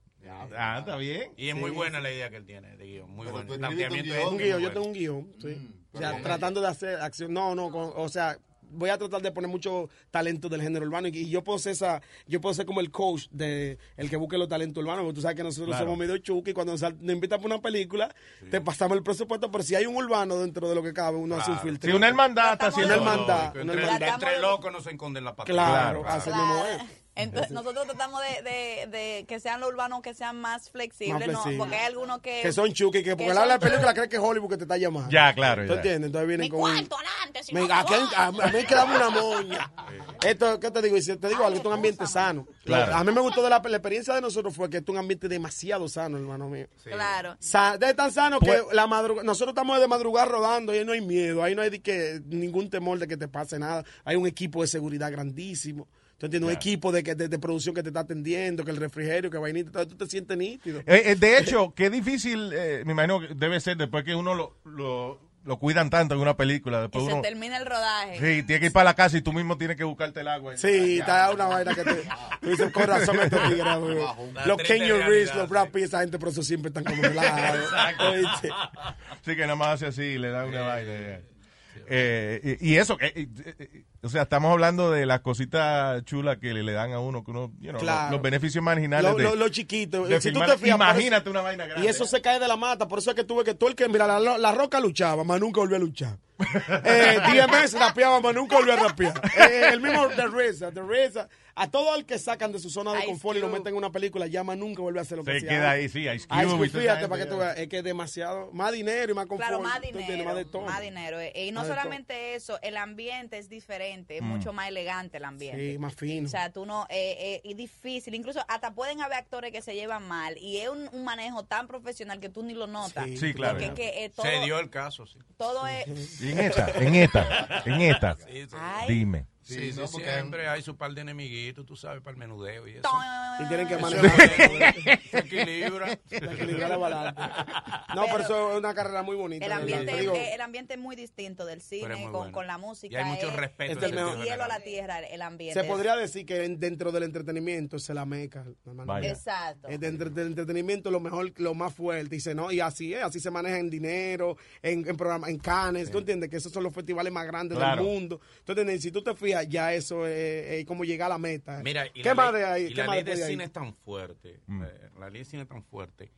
Speaker 4: Ah, está bien.
Speaker 5: Y es muy buena la idea que él tiene de guión. Muy
Speaker 6: Pero
Speaker 5: buena.
Speaker 6: tú
Speaker 5: El
Speaker 6: escribiste un
Speaker 5: planteamiento
Speaker 6: guión.
Speaker 5: pues. es
Speaker 9: un
Speaker 5: muy
Speaker 9: guión, yo
Speaker 5: bueno.
Speaker 9: tengo un guión. sí.
Speaker 6: Mm,
Speaker 9: o sea,
Speaker 6: pero-
Speaker 9: tratando de hacer acción. No, no, con- o sea, voy a tratar de poner muchos talentos del género urbano y, y yo puedo ser esa, yo puedo ser como el coach de el que busque los talentos urbanos, porque tú sabes que nosotros
Speaker 4: Claro.
Speaker 9: somos medio chuki y cuando nos, sal- nos invitan para una película, te pasamos el presupuesto, pero si hay un urbano dentro de lo que cabe, uno hace un filtro.
Speaker 4: Si una hermandad está
Speaker 7: Estamos-
Speaker 4: haciendo.
Speaker 9: Una hermandad.
Speaker 5: Lógico,
Speaker 9: no
Speaker 5: entre,
Speaker 9: hermandad.
Speaker 5: entre locos no se esconden la patata.
Speaker 9: Claro,
Speaker 4: Claro,
Speaker 9: así
Speaker 7: Claro.
Speaker 9: mismo es.
Speaker 7: Entonces, nosotros tratamos de, de- de que sean los urbanos que sean más flexibles,
Speaker 9: Más flexibles.
Speaker 7: No, porque hay algunos que...
Speaker 9: Que son chuki, que porque
Speaker 7: que
Speaker 9: la habla de
Speaker 7: son
Speaker 9: película cree que es Hollywood que te está llamando.
Speaker 4: Ya, claro,
Speaker 9: ¿Tú
Speaker 4: ya.
Speaker 9: entiendes? Entonces vienen
Speaker 7: Mi
Speaker 9: con. un-
Speaker 7: cuarto adelante, si
Speaker 9: Me-
Speaker 7: no me
Speaker 9: aquí ah, hay-
Speaker 7: voy.
Speaker 9: a, a mí hay que darme una moña. Esto, ¿qué te digo? Y si te digo algo, esto es un ambiente sano.
Speaker 4: Claro.
Speaker 9: A mí me gustó de la, la experiencia de nosotros fue que esto es un ambiente demasiado sano, hermano mío.
Speaker 7: Claro.
Speaker 9: Sa- de tan sano
Speaker 4: Pues-
Speaker 9: que la madru- nosotros estamos de madrugar rodando y ahí no hay miedo, ahí no hay de que, ningún temor de que te pase nada. Hay un equipo de seguridad grandísimo. Tú entiendes, un equipo de, que, de, de producción que te está atendiendo, que el refrigerio, que vainita, entonces tú te sientes nítido.
Speaker 4: Eh, eh, de hecho, qué difícil, eh, me imagino que debe ser después que uno lo, lo, lo cuidan tanto en una película.
Speaker 7: Que
Speaker 4: Después
Speaker 7: se
Speaker 4: uno,
Speaker 7: termina el rodaje.
Speaker 4: sí, tiene que ir para la casa y tú mismo tienes que buscarte el agua.
Speaker 9: Sí, está una vaina que te. Tú dices, con razón estos tigres, güey.
Speaker 5: La
Speaker 9: Los
Speaker 5: triste
Speaker 9: Kenyon Reeves,
Speaker 5: realidad,
Speaker 9: los Brad
Speaker 5: sí.
Speaker 9: Pitt, esa gente, por eso siempre están como relajados. Oíste.
Speaker 4: Sí, que nada más hace así y le da una vaina. ya. Eh, y, y eso, eh, eh, eh, o sea, estamos hablando de las cositas chulas que le, le dan a uno, que uno, you know,
Speaker 9: Claro.
Speaker 4: los, los beneficios marginales.
Speaker 9: Lo,
Speaker 4: de-
Speaker 9: lo, lo chiquito.
Speaker 4: de
Speaker 9: Si tú
Speaker 4: filmar-
Speaker 9: te fijas, por eso-
Speaker 4: imagínate una vaina grande.
Speaker 9: Y eso se cae de la mata, por eso es que tuve que tú el que, mira, la, la roca luchaba, más nunca volvió a luchar. Eh, DMS rapeaba, más nunca volvió a rapear. Eh, el mismo The Reza, The Reza, a todo el que sacan de su zona de
Speaker 7: Ice
Speaker 9: confort y lo
Speaker 7: Cube.
Speaker 9: meten en una película, ya más nunca vuelve a hacer lo
Speaker 4: Se
Speaker 9: que hacía
Speaker 4: queda
Speaker 9: antes.
Speaker 4: ahí, sí, Ice
Speaker 9: Ice
Speaker 4: Cube
Speaker 9: Cube,
Speaker 4: y toda esa
Speaker 9: fíjate
Speaker 4: gente,
Speaker 9: para que tú
Speaker 4: ya.
Speaker 9: veas, es que es demasiado, más dinero y más confort.
Speaker 7: Claro, más
Speaker 9: tú entiendes,
Speaker 7: dinero,
Speaker 9: más de
Speaker 7: más,
Speaker 9: todo.
Speaker 7: dinero. eh, Y no
Speaker 9: Más de
Speaker 7: solamente eso, el ambiente es diferente, es mucho más elegante el ambiente.
Speaker 9: Sí, más fino.
Speaker 7: O sea, tú no, eh, eh, es difícil, incluso hasta pueden haber actores que se llevan mal y es un, un manejo tan profesional que tú ni lo notas.
Speaker 9: Sí,
Speaker 4: Sí, claro.
Speaker 7: Porque es que eh, todo,
Speaker 5: Se dio el caso, sí.
Speaker 7: todo es...
Speaker 4: Y en esta, en esta, en esta.
Speaker 5: Sí, sí.
Speaker 7: Ay.
Speaker 4: Dime.
Speaker 5: Sí,
Speaker 6: Sí,
Speaker 5: sí,
Speaker 6: no, porque-
Speaker 5: siempre hay su par de enemiguitos, tú sabes, para el menudeo y eso.
Speaker 9: y tienen que
Speaker 5: Eso
Speaker 9: manejar.
Speaker 5: se equilibra.
Speaker 9: para equilibrar la balanza. No, pero eso es una carrera muy bonita.
Speaker 7: El
Speaker 9: de verdad.
Speaker 7: ambiente,
Speaker 9: Te digo,
Speaker 7: eh, el ambiente es muy distinto del
Speaker 5: Pero es
Speaker 7: cine,
Speaker 5: muy
Speaker 7: con,
Speaker 5: bueno.
Speaker 7: con la música.
Speaker 5: Y hay mucho
Speaker 7: es
Speaker 5: respeto.
Speaker 9: Este es
Speaker 5: en sentido
Speaker 9: el mejor.
Speaker 7: Del
Speaker 5: general.
Speaker 7: cielo a la tierra el- el ambiente.
Speaker 9: se podría decir que en- dentro del entretenimiento es la meca. normalmente.
Speaker 4: Vaya.
Speaker 7: Exacto.
Speaker 9: Eh, de entre- del entretenimiento lo mejor, lo más fuerte. Dice, no, y así es, así se maneja en dinero, en, en programa, en Cannes. ¿Tú entiendes? Que esos son los festivales más grandes
Speaker 4: Claro.
Speaker 9: del mundo. ¿Tú entiendes? Y Si tú te fijas, ya eso es, es como llegar a la meta.
Speaker 5: Mira, y
Speaker 9: ¿qué
Speaker 5: la
Speaker 9: más
Speaker 5: ley,
Speaker 9: de ahí?
Speaker 5: y
Speaker 9: ¿Qué
Speaker 5: la
Speaker 9: más
Speaker 5: ley
Speaker 9: después
Speaker 5: de
Speaker 9: ahí?
Speaker 5: cine es tan fuerte,
Speaker 7: Mm.
Speaker 5: eh, la ley de cine es tan fuerte,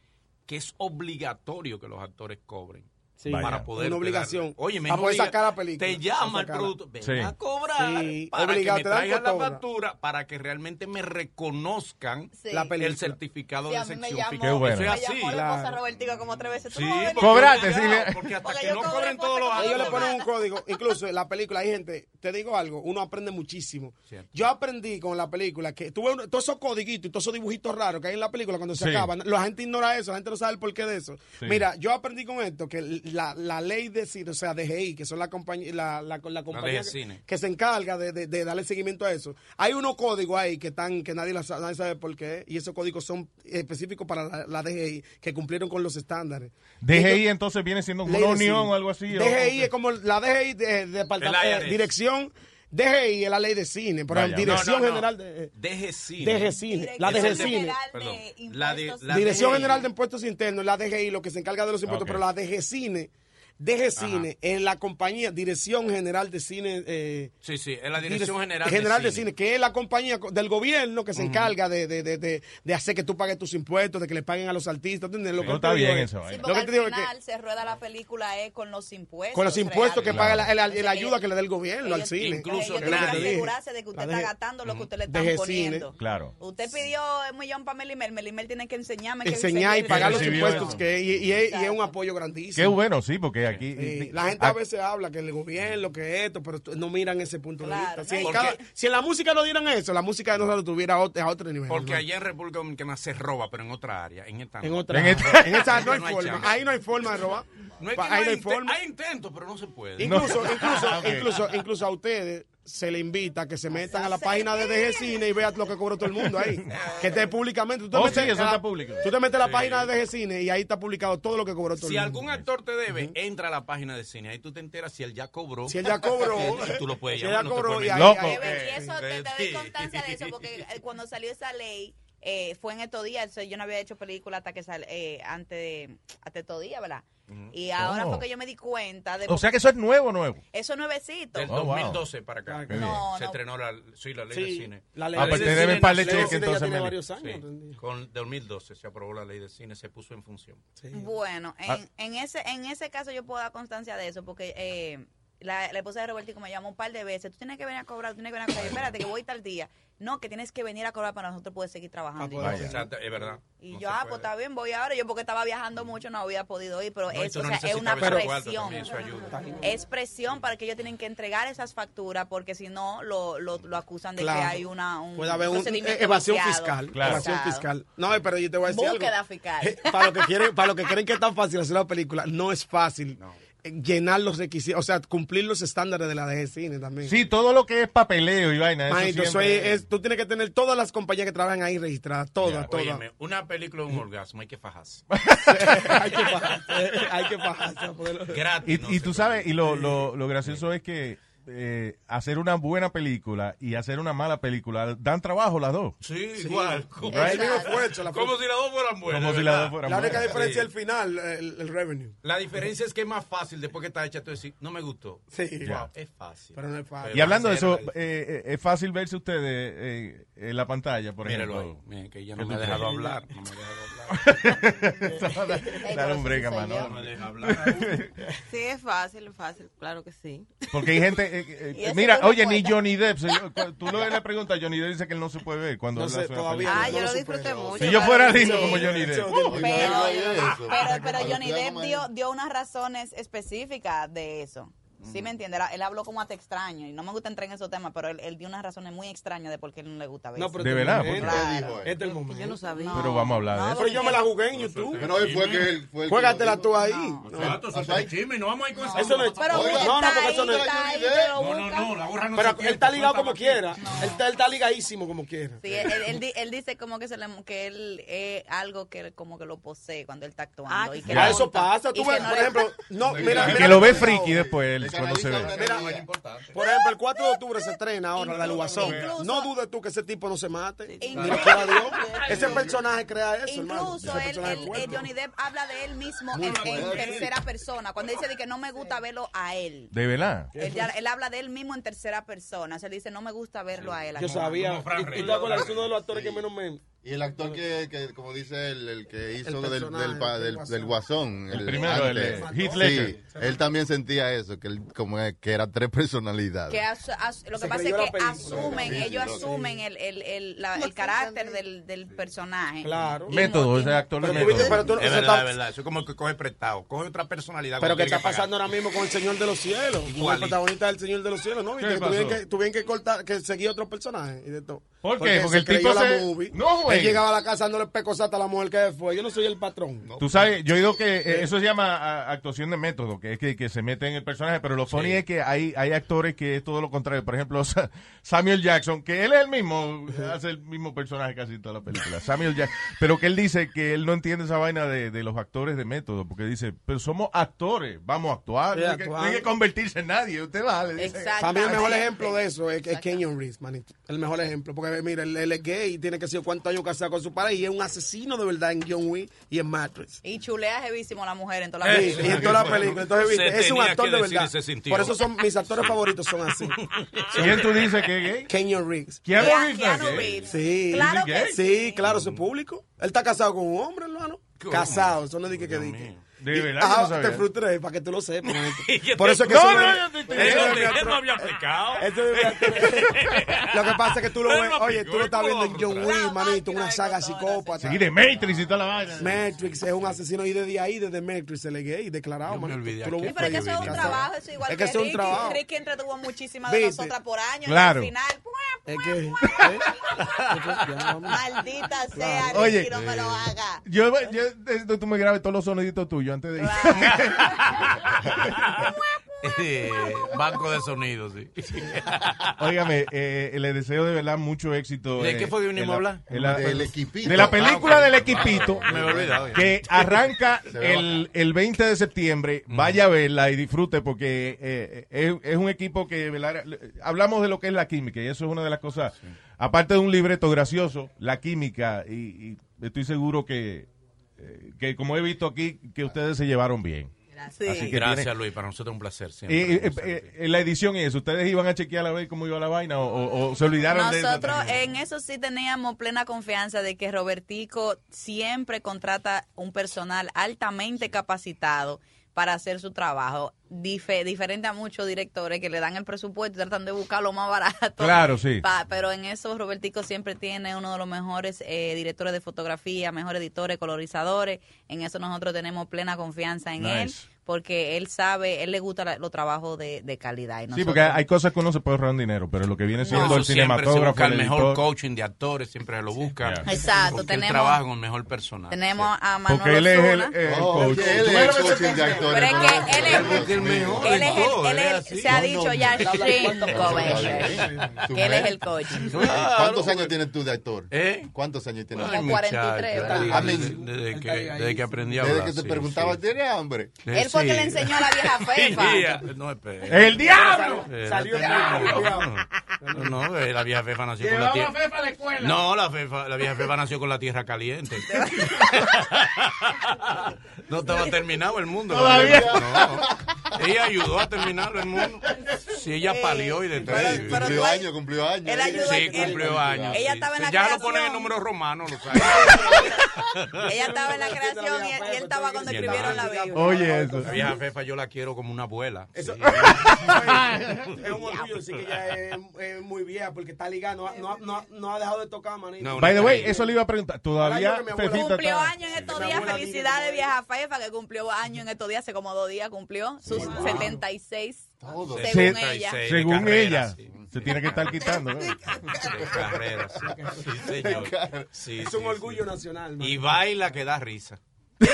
Speaker 5: que es obligatorio que los actores cobren.
Speaker 4: Vaya.
Speaker 5: Para poder
Speaker 9: Una obligación.
Speaker 5: Oye,
Speaker 9: Para poder sacar la película.
Speaker 5: Te llama
Speaker 9: Para
Speaker 5: el
Speaker 9: sacarla.
Speaker 5: producto. Ven
Speaker 4: Sí.
Speaker 5: a cobrar.
Speaker 9: Sí,
Speaker 5: Para
Speaker 9: obligado,
Speaker 5: que
Speaker 9: te
Speaker 5: me
Speaker 9: dan
Speaker 5: traigan la
Speaker 9: cobra.
Speaker 5: factura. Para que realmente me reconozcan
Speaker 7: Sí.
Speaker 9: La película.
Speaker 5: el certificado
Speaker 7: Sí,
Speaker 5: de
Speaker 7: a mí me
Speaker 5: sección.
Speaker 7: llamó,
Speaker 5: fija.
Speaker 4: Qué bueno.
Speaker 5: Eso es
Speaker 7: me
Speaker 5: así.
Speaker 7: llamó la esposa
Speaker 9: Claro.
Speaker 7: Robertico como tres veces. ¿Tú
Speaker 5: Sí,
Speaker 7: no vas a venir?
Speaker 5: porque-
Speaker 4: Cobrate, sí, le-
Speaker 5: Porque hasta
Speaker 7: Porque
Speaker 5: que
Speaker 7: yo
Speaker 5: no
Speaker 7: cobro
Speaker 5: cobren
Speaker 7: por
Speaker 5: todos los
Speaker 7: separado.
Speaker 9: Ellos le
Speaker 5: actores.
Speaker 9: ponen un código. Incluso en la película hay gente, te digo algo, uno aprende muchísimo.
Speaker 5: Cierto.
Speaker 9: Yo aprendí con la película que tuve todos esos codiguitos y todos esos dibujitos raros que hay en la película cuando se
Speaker 4: Sí.
Speaker 9: acaban. La gente ignora eso, la gente no sabe el porqué de eso.
Speaker 4: Sí.
Speaker 9: Mira, yo aprendí con esto que la, la ley de cine, o sea, DGI, que son la compañía, la, la, la compañía
Speaker 5: de
Speaker 9: que-
Speaker 5: cine.
Speaker 9: que se encarga de, de- de darle seguimiento a eso. Hay unos códigos ahí que están que nadie, la sa- nadie sabe por qué y esos códigos son específicos para la, la DGI que cumplieron con los estándares.
Speaker 4: DGI entonces viene siendo como
Speaker 9: Ley
Speaker 4: una
Speaker 9: de
Speaker 4: unión
Speaker 9: cine.
Speaker 4: o algo así. o-
Speaker 9: DGI es como la DGI de, de departa-
Speaker 5: El IRS.
Speaker 9: eh, dirección. DGI es la ley de cine, pero
Speaker 4: Vaya.
Speaker 9: la Dirección
Speaker 5: No, no, no.
Speaker 9: General de eh,
Speaker 5: Deje cine.
Speaker 9: DG Cine, la
Speaker 5: Dirección
Speaker 9: DG Cine.
Speaker 7: General de
Speaker 5: Perdón.
Speaker 7: Impuestos
Speaker 5: La de- la de-
Speaker 9: Dirección
Speaker 5: DGI.
Speaker 9: General de Impuestos Internos, la DGI, lo que se encarga de los impuestos,
Speaker 4: Ok.
Speaker 9: pero la DG Cine, DG Cine, en la compañía Dirección General de Cine. eh,
Speaker 5: Sí, sí, es la dirección general,
Speaker 9: de, cine. que es la compañía co- del gobierno que se encarga de, de, de, de, de hacer que tú pagues tus impuestos, de que le paguen a los artistas. ¿entiendes? Lo que
Speaker 4: No
Speaker 9: yo te
Speaker 4: está
Speaker 9: digo
Speaker 4: bien
Speaker 9: es-
Speaker 4: eso.
Speaker 7: Sí,
Speaker 4: vaina.
Speaker 7: porque
Speaker 9: Lo que
Speaker 7: al
Speaker 9: te digo es que-
Speaker 7: final se rueda la película eh, con los impuestos.
Speaker 9: Con los impuestos que
Speaker 7: reales.
Speaker 9: paga
Speaker 4: Claro.
Speaker 9: la, la- la
Speaker 7: Entonces, eh,
Speaker 9: ayuda que le da el gobierno al
Speaker 7: ellos-
Speaker 9: cine.
Speaker 5: Incluso
Speaker 7: ellos tienen
Speaker 5: nadie-
Speaker 7: que asegurarse de que usted
Speaker 9: La
Speaker 7: está
Speaker 9: DG
Speaker 7: gastando lo que usted le
Speaker 9: DG
Speaker 7: está
Speaker 9: Cine.
Speaker 7: poniendo.
Speaker 4: Claro.
Speaker 7: Usted pidió un millón para Melimel. Melimel tiene que enseñarme. que
Speaker 9: enseñar y
Speaker 7: que-
Speaker 9: pagar los
Speaker 4: recibió
Speaker 9: impuestos
Speaker 4: eso.
Speaker 9: que y, y es, y es un
Speaker 7: Exacto.
Speaker 9: apoyo
Speaker 4: Qué
Speaker 9: grandísimo.
Speaker 4: bueno, sí, porque aquí.
Speaker 9: Sí,
Speaker 4: y-
Speaker 9: la gente a
Speaker 4: ah,
Speaker 9: veces habla que el gobierno, que esto, pero tú- no miran ese punto de
Speaker 7: Claro,
Speaker 9: vista. Si
Speaker 7: ¿no?
Speaker 9: en,
Speaker 5: Porque-
Speaker 9: cada- si en la música no dieran eso, la música de nosotros tuviera ot- a otro nivel.
Speaker 5: Porque
Speaker 9: ¿no?
Speaker 5: allá en República Dominicana se roba, pero en otra área. En esta
Speaker 9: En
Speaker 5: no.
Speaker 9: otra.
Speaker 4: En
Speaker 9: En,
Speaker 4: esta-
Speaker 9: esa no hay
Speaker 5: No hay
Speaker 9: forma.
Speaker 5: chance.
Speaker 9: ahí no hay forma de robar.
Speaker 5: No es que
Speaker 9: Pa-
Speaker 5: no
Speaker 9: ahí
Speaker 5: hay,
Speaker 9: no hay
Speaker 5: inte-
Speaker 9: forma.
Speaker 5: hay intentos, pero no se puede.
Speaker 9: Incluso, incluso,
Speaker 4: Ah, Ok.
Speaker 9: incluso, incluso a ustedes se le invita a que se metan a la página de DG Cine y vean lo que cobró todo el mundo ahí. Que esté públicamente. Tú te
Speaker 4: Oh,
Speaker 9: metes
Speaker 4: sí, eso
Speaker 9: a la-
Speaker 4: está público.
Speaker 9: Tú te metes a la página de DG Cine y ahí está publicado todo lo que cobró todo
Speaker 5: Si
Speaker 9: el mundo.
Speaker 5: algún actor te debe, entra a la página de cine. Ahí tú te enteras si él ya cobró.
Speaker 9: Si él ya cobró.
Speaker 5: Porque tú lo puedes
Speaker 9: Si él
Speaker 5: llamar,
Speaker 9: ya
Speaker 5: no te
Speaker 9: cobró
Speaker 5: pueden
Speaker 9: y ahí-
Speaker 4: Loco.
Speaker 9: ahí-
Speaker 7: Eh, ven, y eso te, te doy
Speaker 5: Sí.
Speaker 7: constancia de eso, porque eh, cuando salió esa ley, eh, fue en estos días, o sea, yo no había hecho película hasta que sal, eh, antes de, hasta estos días, ¿verdad? Y ahora
Speaker 4: Oh.
Speaker 7: fue que yo me di cuenta de
Speaker 4: O sea que eso es nuevo, nuevo.
Speaker 7: eso es nuevecito.
Speaker 5: Del
Speaker 4: Oh, wow.
Speaker 5: 2012 para acá.
Speaker 4: Qué bien.
Speaker 7: No,
Speaker 5: se
Speaker 7: no.
Speaker 5: estrenó la, sí, la ley
Speaker 9: Sí,
Speaker 5: de cine.
Speaker 9: la ley
Speaker 4: Ah,
Speaker 9: de
Speaker 4: pues
Speaker 9: cine-
Speaker 4: te deben par de
Speaker 9: la ley de
Speaker 4: cheques,
Speaker 9: cine ya
Speaker 4: entonces,
Speaker 9: tiene
Speaker 4: Meli.
Speaker 9: varios
Speaker 5: Sí,
Speaker 9: años. entendí.
Speaker 5: con 2012 se aprobó la ley de cine, se puso en función.
Speaker 9: Sí.
Speaker 7: Bueno, en,
Speaker 4: Ah.
Speaker 7: en ese en ese caso yo puedo dar constancia de eso, porque eh, la, la esposa de Robertico me llamó un par de veces. Tú tienes que venir a cobrar, tú tienes que venir a cobrar. Espérate, que voy tal día. No, que tienes que venir a cobrar para nosotros poder seguir trabajando.
Speaker 9: Para
Speaker 7: Y yo,
Speaker 9: poder
Speaker 4: Vaya.
Speaker 5: O sea, es verdad.
Speaker 7: Y
Speaker 5: no
Speaker 7: yo,
Speaker 5: se
Speaker 7: ah,
Speaker 5: puede.
Speaker 7: pues está bien, voy ahora. Yo porque estaba viajando mucho no había podido ir, pero
Speaker 5: No, y
Speaker 7: es,
Speaker 5: tú
Speaker 7: o
Speaker 5: no
Speaker 7: sea, es una
Speaker 5: necesitabas ese cuarto
Speaker 7: presión.
Speaker 5: también, eso ayuda.
Speaker 7: Es presión para que ellos tienen que entregar esas facturas porque si no lo, lo, lo acusan de que
Speaker 9: Claro.
Speaker 7: hay una un
Speaker 9: Puede haber un-
Speaker 7: procedimiento
Speaker 9: eh, evasión
Speaker 7: viciado.
Speaker 9: fiscal.
Speaker 4: Claro.
Speaker 9: Evasión
Speaker 7: Claro.
Speaker 9: fiscal. No, eh, pero yo te voy a decir
Speaker 10: Búsqueda
Speaker 9: algo.
Speaker 10: fiscal.
Speaker 9: Eh, para los que quieren, para los que creen que es tan fácil hacer una película, no es fácil Eh, llenar los requisitos, o sea, cumplir los estándares de la DG Cine también.
Speaker 4: Sí, todo lo que es papeleo y vaina. eso
Speaker 9: Manito, eso
Speaker 4: siempre-
Speaker 9: es- es- tú tienes que tener todas las compañías que trabajan ahí registradas, todas,
Speaker 4: Ya,
Speaker 9: todas.
Speaker 5: Óyeme, una película un orgasmo, hay que fajarse.
Speaker 9: hay que fajarse, hay que fajarse para poderlo-
Speaker 5: Gratis.
Speaker 4: Y,
Speaker 5: no
Speaker 4: y
Speaker 5: se
Speaker 4: tú
Speaker 5: puede.
Speaker 4: sabes, y lo, lo, lo gracioso es que eh, hacer una buena película y hacer una mala película dan trabajo las dos.
Speaker 5: Sí, igual. Como,
Speaker 9: El mismo esfuerzo, la,
Speaker 5: como si las dos fueran buenas.
Speaker 4: Como si
Speaker 5: ¿verdad?
Speaker 4: las dos fueran
Speaker 9: la única
Speaker 4: buenas.
Speaker 9: diferencia es
Speaker 5: Sí.
Speaker 9: el final, el, el revenue.
Speaker 5: La diferencia es que es más fácil después que está hecha tú decir, no me gustó.
Speaker 9: Sí.
Speaker 5: Wow,
Speaker 9: Ya.
Speaker 5: es fácil.
Speaker 9: Pero no es fácil.
Speaker 4: Y hablando de eso,
Speaker 5: hacer-
Speaker 4: eh, eh, es fácil verse ustedes eh, en la pantalla, por
Speaker 5: Míralo ahí.
Speaker 4: ejemplo.
Speaker 5: Mira, que ella
Speaker 4: ¿Qué
Speaker 5: no me
Speaker 4: tú
Speaker 5: ha dejado
Speaker 4: crees?
Speaker 5: hablar. No me ha dejado
Speaker 4: Dar un break a
Speaker 5: hablar. No
Speaker 4: Manolo.
Speaker 5: me deja hablar.
Speaker 8: Sí, es fácil, es fácil, claro que sí.
Speaker 4: Porque hay gente. eh, eh,
Speaker 7: Y eso
Speaker 4: mira,
Speaker 7: tú no
Speaker 4: oye, ni
Speaker 7: puedes.
Speaker 4: Johnny Depp. se- cu- tú le le preguntas, Johnny Depp dice que él no se puede ver cuando
Speaker 9: No
Speaker 4: habla
Speaker 9: sé,
Speaker 4: sobre la
Speaker 9: todavía.
Speaker 4: película.
Speaker 8: Ah, yo lo
Speaker 9: no
Speaker 8: disfruté
Speaker 9: superó.
Speaker 8: mucho.
Speaker 4: Si yo fuera
Speaker 8: claro que
Speaker 4: lindo
Speaker 8: sí.
Speaker 4: como Johnny Depp.
Speaker 9: Yo-
Speaker 7: Pero,
Speaker 6: eso.
Speaker 7: pero, pero
Speaker 6: Para que
Speaker 7: Johnny
Speaker 6: te haga
Speaker 7: Depp
Speaker 6: más-
Speaker 7: dio, dio unas razones específicas de eso.
Speaker 5: Mm.
Speaker 7: ¿Sí me entiendes? Él- Él habló como hasta extraño. Y no me gusta entrar en esos temas, pero él, él dio unas razones muy extrañas de por qué él no le gusta ver.
Speaker 9: No, pero
Speaker 4: De
Speaker 9: este
Speaker 4: verdad,
Speaker 9: es el
Speaker 4: porque-
Speaker 9: momento.
Speaker 6: ¿Qué dijo él?
Speaker 9: Este es el momento.
Speaker 8: Yo no sabía.
Speaker 4: Pero vamos a hablar de eso.
Speaker 9: Pero yo me la jugué en YouTube.
Speaker 6: Bueno, él fue que él fue el que
Speaker 9: Juégatela
Speaker 6: lo dijo.
Speaker 9: tú ahí.
Speaker 5: Exacto, suelta el chisme, no vamos a ir con esa
Speaker 9: Eso no es.
Speaker 7: Pero
Speaker 9: no,
Speaker 7: mira,
Speaker 9: no,
Speaker 7: está
Speaker 9: porque
Speaker 7: ahí,
Speaker 9: eso no es.
Speaker 7: está ahí,
Speaker 6: Johnny
Speaker 7: te lo
Speaker 5: No, no,
Speaker 7: busca.
Speaker 5: no, la gorra no
Speaker 9: Pero
Speaker 5: se
Speaker 9: él
Speaker 5: pierde,
Speaker 9: está ligado
Speaker 5: suéltalo
Speaker 9: como
Speaker 5: aquí.
Speaker 9: quiera. Él, está, él está ligadísimo como quiera.
Speaker 7: Sí, él, él- él di- él dice como que, se le- que él es algo que él como que lo posee cuando él está actuando.
Speaker 8: Ah,
Speaker 7: y
Speaker 8: que
Speaker 7: que
Speaker 9: Ya
Speaker 7: no-
Speaker 9: eso pasa. Tú
Speaker 7: y que
Speaker 9: ves,
Speaker 7: no
Speaker 9: por
Speaker 7: le-
Speaker 9: ejemplo, no, mira,
Speaker 4: Y
Speaker 9: mira
Speaker 4: que lo ve
Speaker 9: por ejemplo,
Speaker 4: friki después pues, él,
Speaker 6: Le
Speaker 4: cuando se ve.
Speaker 6: canaliza una
Speaker 5: Bueno,
Speaker 6: energía.
Speaker 7: eh,
Speaker 5: importante.
Speaker 9: Por ejemplo, el 4 de octubre se estrena ahora la del Guasón.
Speaker 7: Incluso-
Speaker 9: No dudes tú que ese tipo no se mate.
Speaker 7: Incluso-
Speaker 9: No quiera Dios. Ese personaje crea eso, hermano.
Speaker 7: Incluso
Speaker 9: Ese
Speaker 7: él,
Speaker 9: personaje
Speaker 7: él-
Speaker 9: fuerte.
Speaker 7: eh, Johnny Depp habla de él mismo en, en tercera persona. Cuando dice de que no me gusta verlo a él.
Speaker 4: De verdad.
Speaker 7: Él, ya- él habla de él mismo en tercera persona. Se le dice, no me gusta verlo a él.
Speaker 9: Yo
Speaker 7: actuando".
Speaker 9: sabía.
Speaker 5: Como Fran
Speaker 9: Y tú
Speaker 5: Reyes.
Speaker 9: te acuerdas, es uno de los actores que menos me...
Speaker 6: Y el actor que, que, como dice él, el que hizo del, del,
Speaker 9: personaje,
Speaker 6: pa-
Speaker 9: el
Speaker 6: del,
Speaker 9: guasón.
Speaker 6: del guasón.
Speaker 4: El primero, el,
Speaker 6: antes.
Speaker 4: eh, Heath
Speaker 6: Sí,
Speaker 4: Ledger.
Speaker 6: él también sentía eso, que él, como es- que era tres personalidades.
Speaker 7: Que as- as- lo
Speaker 9: Se
Speaker 7: que pasa es
Speaker 9: creyó la
Speaker 7: que
Speaker 9: película.
Speaker 7: asumen,
Speaker 6: Sí, sí,
Speaker 7: ellos
Speaker 6: loco.
Speaker 7: asumen el, el, el, la- el carácter del, del personaje.
Speaker 9: Claro.
Speaker 7: Y no-
Speaker 4: Método,
Speaker 7: y
Speaker 4: ese
Speaker 7: no-
Speaker 4: actor de
Speaker 9: Pero tú viste, pero tú
Speaker 4: método.
Speaker 9: no-
Speaker 5: Es
Speaker 9: eso
Speaker 5: verdad,
Speaker 9: está-
Speaker 5: es verdad. Eso es como que coge prestado. Coge otra personalidad.
Speaker 9: Pero ¿qué
Speaker 5: cuando
Speaker 9: está
Speaker 5: tiene que
Speaker 9: pasando ahora mismo con el Señor de los Cielos? Con el
Speaker 5: Igualito.
Speaker 9: protagonista del Señor de los Cielos, ¿no? Viste
Speaker 4: ¿Qué
Speaker 9: que tuvieron
Speaker 4: pasó?
Speaker 9: que, tuvieron que cortar, que seguir otro personaje y de todo.
Speaker 4: ¿Por qué? Porque el
Speaker 9: creyó
Speaker 4: tipo
Speaker 9: la
Speaker 4: se-
Speaker 9: movie.
Speaker 4: No, güey.
Speaker 9: Él llegaba a la casa dándole pecosata a la mujer que fue. Yo no soy el patrón.
Speaker 4: Tú sabes, yo digo que eh, eso se llama a- actuación de método, que es que, que se mete en el personaje, pero lo funny es que hay, hay actores que es todo lo contrario. Por ejemplo, Sa- Samuel Jackson, que él es el mismo, hace el mismo personaje casi toda la película. Samuel Jackson, pero que él dice que él no entiende esa vaina de, de los actores de método, porque dice, pero somos actores, vamos a actuar,
Speaker 9: Sí,
Speaker 4: no hay que,
Speaker 9: actuar.
Speaker 4: no hay que convertirse en nadie, usted vale.
Speaker 7: Exactamente.
Speaker 9: Para mí el mejor ejemplo de eso es, es Kenyon Reeves, manito. El mejor ejemplo. Porque, mira, él, él es gay y tiene que ser cuántos años casado con su pareja y es un asesino de verdad en John Wick y en Matrix.
Speaker 7: Y chulea jevísimo la mujer en toda la
Speaker 4: Eh,
Speaker 9: Sí,
Speaker 7: película.
Speaker 9: y en toda la película. Entonces,
Speaker 5: Se
Speaker 9: viste, es un
Speaker 5: tenía
Speaker 9: actor
Speaker 5: que
Speaker 9: de
Speaker 5: decir
Speaker 9: verdad.
Speaker 5: ese sentido.
Speaker 9: Por eso son mis actores favoritos son así.
Speaker 4: ¿Quién tú dices que es gay?
Speaker 9: Kenyon Reeves.
Speaker 4: Keanu
Speaker 7: Keanu
Speaker 4: Reeves no es gay.
Speaker 7: Reeves.
Speaker 9: Sí.
Speaker 7: Claro
Speaker 4: ¿Is he
Speaker 7: que
Speaker 4: gay?
Speaker 9: Sí, claro, su público. Él está casado con un hombre, hermano. Casado, eso no dije que
Speaker 5: Dios
Speaker 9: dije.
Speaker 5: mío.
Speaker 4: De
Speaker 9: Y-
Speaker 4: verdad,
Speaker 9: ajá,
Speaker 4: yo no sabía.
Speaker 9: te frustré para que tú lo sepas.
Speaker 5: Y que
Speaker 9: Por
Speaker 5: te-
Speaker 9: eso es que
Speaker 4: No,
Speaker 9: eso
Speaker 4: no,
Speaker 9: me-
Speaker 4: yo te-
Speaker 9: eso
Speaker 5: Él no
Speaker 9: me
Speaker 5: te- él
Speaker 9: atro-
Speaker 5: no había aplicado.
Speaker 9: eso me atro- Lo que pasa es que tú lo
Speaker 5: Él
Speaker 9: ves,
Speaker 5: no
Speaker 9: oye,
Speaker 5: aplicó,
Speaker 9: tú lo
Speaker 5: él
Speaker 9: estás
Speaker 5: no
Speaker 9: viendo
Speaker 5: lo
Speaker 9: en John
Speaker 5: aplicó.
Speaker 9: Wick,
Speaker 7: La
Speaker 9: manito, una
Speaker 7: máquina de
Speaker 9: saga
Speaker 7: cotones,
Speaker 9: psicópata.
Speaker 4: Sí, de Matrix y toda la vaina.
Speaker 9: Matrix es un asesino y desde ahí, desde Matrix, el gay, declarado,
Speaker 5: Yo me
Speaker 9: manito.
Speaker 5: olvidé
Speaker 9: Tú lo
Speaker 5: aquí.
Speaker 7: Sí,
Speaker 9: buscas
Speaker 7: pero es que eso
Speaker 9: y-
Speaker 7: es un
Speaker 9: casado.
Speaker 7: trabajo, eso igual
Speaker 9: Es que eso es un
Speaker 7: Ricky.
Speaker 9: trabajo.
Speaker 7: Ricky entretuvo muchísimas de
Speaker 9: ¿Viste?
Speaker 7: nosotras por años.
Speaker 4: Claro.
Speaker 7: Y al final, ¡pua, pua,
Speaker 9: Es que. ¿eh? Ya, vamos.
Speaker 7: maldita sea, Ricky,
Speaker 4: Oye.
Speaker 7: no me lo haga.
Speaker 4: Yo, yo, esto tú me grabes todos los soniditos tuyos antes de ir.
Speaker 5: Eh, Banco de sonidos, sí.
Speaker 4: Óigame, eh, le deseo de verdad mucho éxito. eh,
Speaker 5: ¿De qué fue que vinimos
Speaker 4: en la-
Speaker 5: a hablar?
Speaker 4: en la-
Speaker 6: Del equipito.
Speaker 4: De la película
Speaker 5: Ah, ok.
Speaker 4: del equipito.
Speaker 5: Me he olvidado ya.
Speaker 4: Que arranca
Speaker 6: ve
Speaker 4: el, el 20 de septiembre.
Speaker 5: Mm.
Speaker 4: Vaya a verla y disfrute porque eh, es, es un equipo que... ¿verdad? Hablamos de lo que es la química y eso es una de las cosas... Aparte de un libreto gracioso, la química y, y estoy seguro que, eh, que como he visto aquí, que ustedes se llevaron bien.
Speaker 10: Sí.
Speaker 4: Así que
Speaker 5: Gracias,
Speaker 4: tiene-
Speaker 5: Luis. Para nosotros es un placer
Speaker 4: Y,
Speaker 5: siempre.
Speaker 4: y, eh,
Speaker 5: conversar
Speaker 4: eh,
Speaker 5: contigo.
Speaker 4: en la edición y eso, ¿ustedes iban a chequear a ver cómo iba la vaina o, o- o se olvidaron de eso?
Speaker 7: Nosotros eh,
Speaker 4: también?
Speaker 7: en eso sí teníamos plena confianza de que Robertico siempre contrata un personal altamente capacitado para hacer su trabajo, Dife- diferente a muchos directores que le dan el presupuesto y tratan de buscar lo más barato.
Speaker 4: Claro, sí.
Speaker 7: Pa- pero en eso Robertico siempre tiene uno de los mejores eh, directores de fotografía, mejores editores, colorizadores. En eso nosotros tenemos plena confianza en él
Speaker 4: Nice.
Speaker 7: porque él sabe, él le gusta la- los trabajos de, de calidad. y
Speaker 4: Sí,
Speaker 7: nosotros-
Speaker 4: porque hay cosas que uno se puede ahorrar en dinero, pero lo que viene siendo
Speaker 5: Eso
Speaker 4: el
Speaker 5: siempre se
Speaker 4: cinematógrafo,
Speaker 5: busca
Speaker 4: el
Speaker 5: el mejor
Speaker 4: editor,
Speaker 5: coaching de actores, siempre se lo busca.
Speaker 4: Yeah.
Speaker 7: Exacto,
Speaker 5: Porque él
Speaker 7: tenemos-
Speaker 5: trabaja con el mejor personal.
Speaker 7: tenemos a Manuel
Speaker 4: porque él es el,
Speaker 7: Osuna.
Speaker 4: el
Speaker 6: Oh,
Speaker 4: coach.
Speaker 6: él es el coaching de actores.
Speaker 7: Pero es que él es-
Speaker 6: Porque el mejor.
Speaker 7: Él es el, eh, él es- se ha
Speaker 6: No,
Speaker 7: dicho
Speaker 6: no,
Speaker 7: ya
Speaker 6: no.
Speaker 7: Stream Cover,
Speaker 6: Su
Speaker 7: que él es
Speaker 6: mujer.
Speaker 7: el coach.
Speaker 6: ¿Cuántos años tienes tú de actor?
Speaker 5: ¿Eh?
Speaker 6: ¿Cuántos años tienes?
Speaker 7: Como 43,
Speaker 5: muchacho.
Speaker 6: ¿verdad?
Speaker 5: Desde, desde que, desde que aprendí a hablar.
Speaker 6: Desde que te
Speaker 5: sí,
Speaker 6: preguntaba,
Speaker 5: sí.
Speaker 6: ¿tienes hambre?
Speaker 7: Él fue el que
Speaker 5: Sí.
Speaker 7: le enseñó a la vieja Fefa.
Speaker 5: Sí, ya. No, espera.
Speaker 4: ¡El diablo!
Speaker 5: Espérate.
Speaker 11: Salió el diablo.
Speaker 5: No, no, eh, la vieja Fefa nació con la tierra. No, la, fefa, la vieja Fefa nació con la tierra caliente. no estaba terminado el mundo.
Speaker 4: Todavía.
Speaker 5: No. Ella ayudó a terminar el mundo. Si ella palió y de todo.
Speaker 7: Pero- pero
Speaker 6: Cumplió
Speaker 7: tú-
Speaker 6: años, cumplió años.
Speaker 7: él ayudó-
Speaker 5: Sí,
Speaker 7: él-
Speaker 5: cumplió años.
Speaker 7: Ella
Speaker 5: sí.
Speaker 7: estaba en la
Speaker 5: ya lo
Speaker 7: creación.
Speaker 5: ponen en números romanos, lo sabes.
Speaker 7: Ella estaba en la creación y él, y él estaba cuando
Speaker 5: Bien,
Speaker 7: escribieron la
Speaker 5: nada.
Speaker 7: Biblia.
Speaker 4: Oye, eso.
Speaker 5: La vieja Fefa yo la quiero como una abuela.
Speaker 9: Eso-
Speaker 5: Sí.
Speaker 9: es un orgullo decir que ya es, es muy vieja porque está ligada, no, ha- no, ha- no, ha- no ha dejado de tocar, manito.
Speaker 5: No,
Speaker 4: By the way, eso le iba a preguntar. Todavía
Speaker 9: Ay, yo que mi abuela-
Speaker 4: Fefita
Speaker 7: Cumplió
Speaker 4: está-
Speaker 7: años en estos
Speaker 9: Mi
Speaker 7: días.
Speaker 9: abuela
Speaker 7: Felicidades,
Speaker 9: dice-
Speaker 7: vieja Fefa, que cumplió años en estos días. Hace como dos días cumplió sus 76,
Speaker 6: Todo.
Speaker 7: según
Speaker 5: 76.
Speaker 7: ella.
Speaker 5: de
Speaker 4: Según
Speaker 5: carrera,
Speaker 4: ella,
Speaker 5: sí.
Speaker 4: se tiene que estar quitando. ¿no?
Speaker 5: De carrera, sí. Sí, señor. Sí,
Speaker 9: es
Speaker 5: sí,
Speaker 9: un
Speaker 5: sí.
Speaker 9: orgullo nacional. man.
Speaker 5: Y baila que da risa.
Speaker 7: Y, y-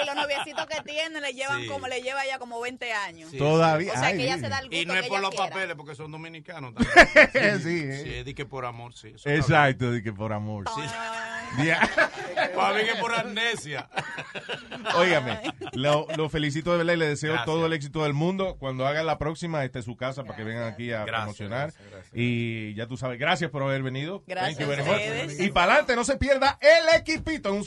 Speaker 7: y los noviecitos que tiene le llevan
Speaker 5: Sí.
Speaker 7: como le lleva ya como 20 años.
Speaker 5: Sí,
Speaker 4: Todavía.
Speaker 7: O sea que
Speaker 4: ay,
Speaker 7: ella se da el gusto
Speaker 5: Y no es
Speaker 7: que
Speaker 5: por
Speaker 7: ella
Speaker 5: los
Speaker 7: quiera.
Speaker 5: papeles, porque son dominicanos también.
Speaker 4: sí, eh.
Speaker 5: Sí, di que por amor, sí. Eso está bien.
Speaker 4: Exacto, de que por amor.
Speaker 7: Ay.
Speaker 4: Ya.
Speaker 5: Para mí que por amnesia.
Speaker 4: Óigame, lo, lo felicito de verdad y le deseo
Speaker 5: Gracias.
Speaker 4: todo el éxito del mundo. Cuando hagan la próxima, esta es su casa para que vengan aquí a
Speaker 5: Gracias,
Speaker 4: promocionar.
Speaker 5: gracias, gracias.
Speaker 4: Y ya tú sabes, gracias por haber venido.
Speaker 7: Gracias
Speaker 4: Thank you very
Speaker 7: a
Speaker 4: much.
Speaker 7: ustedes.
Speaker 4: Y para adelante, no se pierda el equipito en un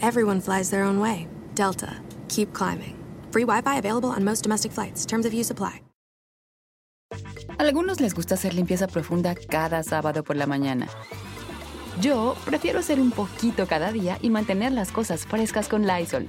Speaker 12: Everyone flies their own way. Delta, keep climbing. Free Wi Fi available on most domestic flights. Terms of use apply.
Speaker 11: Algunos les gusta hacer limpieza profunda cada sábado por la mañana. Yo prefiero hacer un poquito cada día y mantener las cosas frescas con Lysol.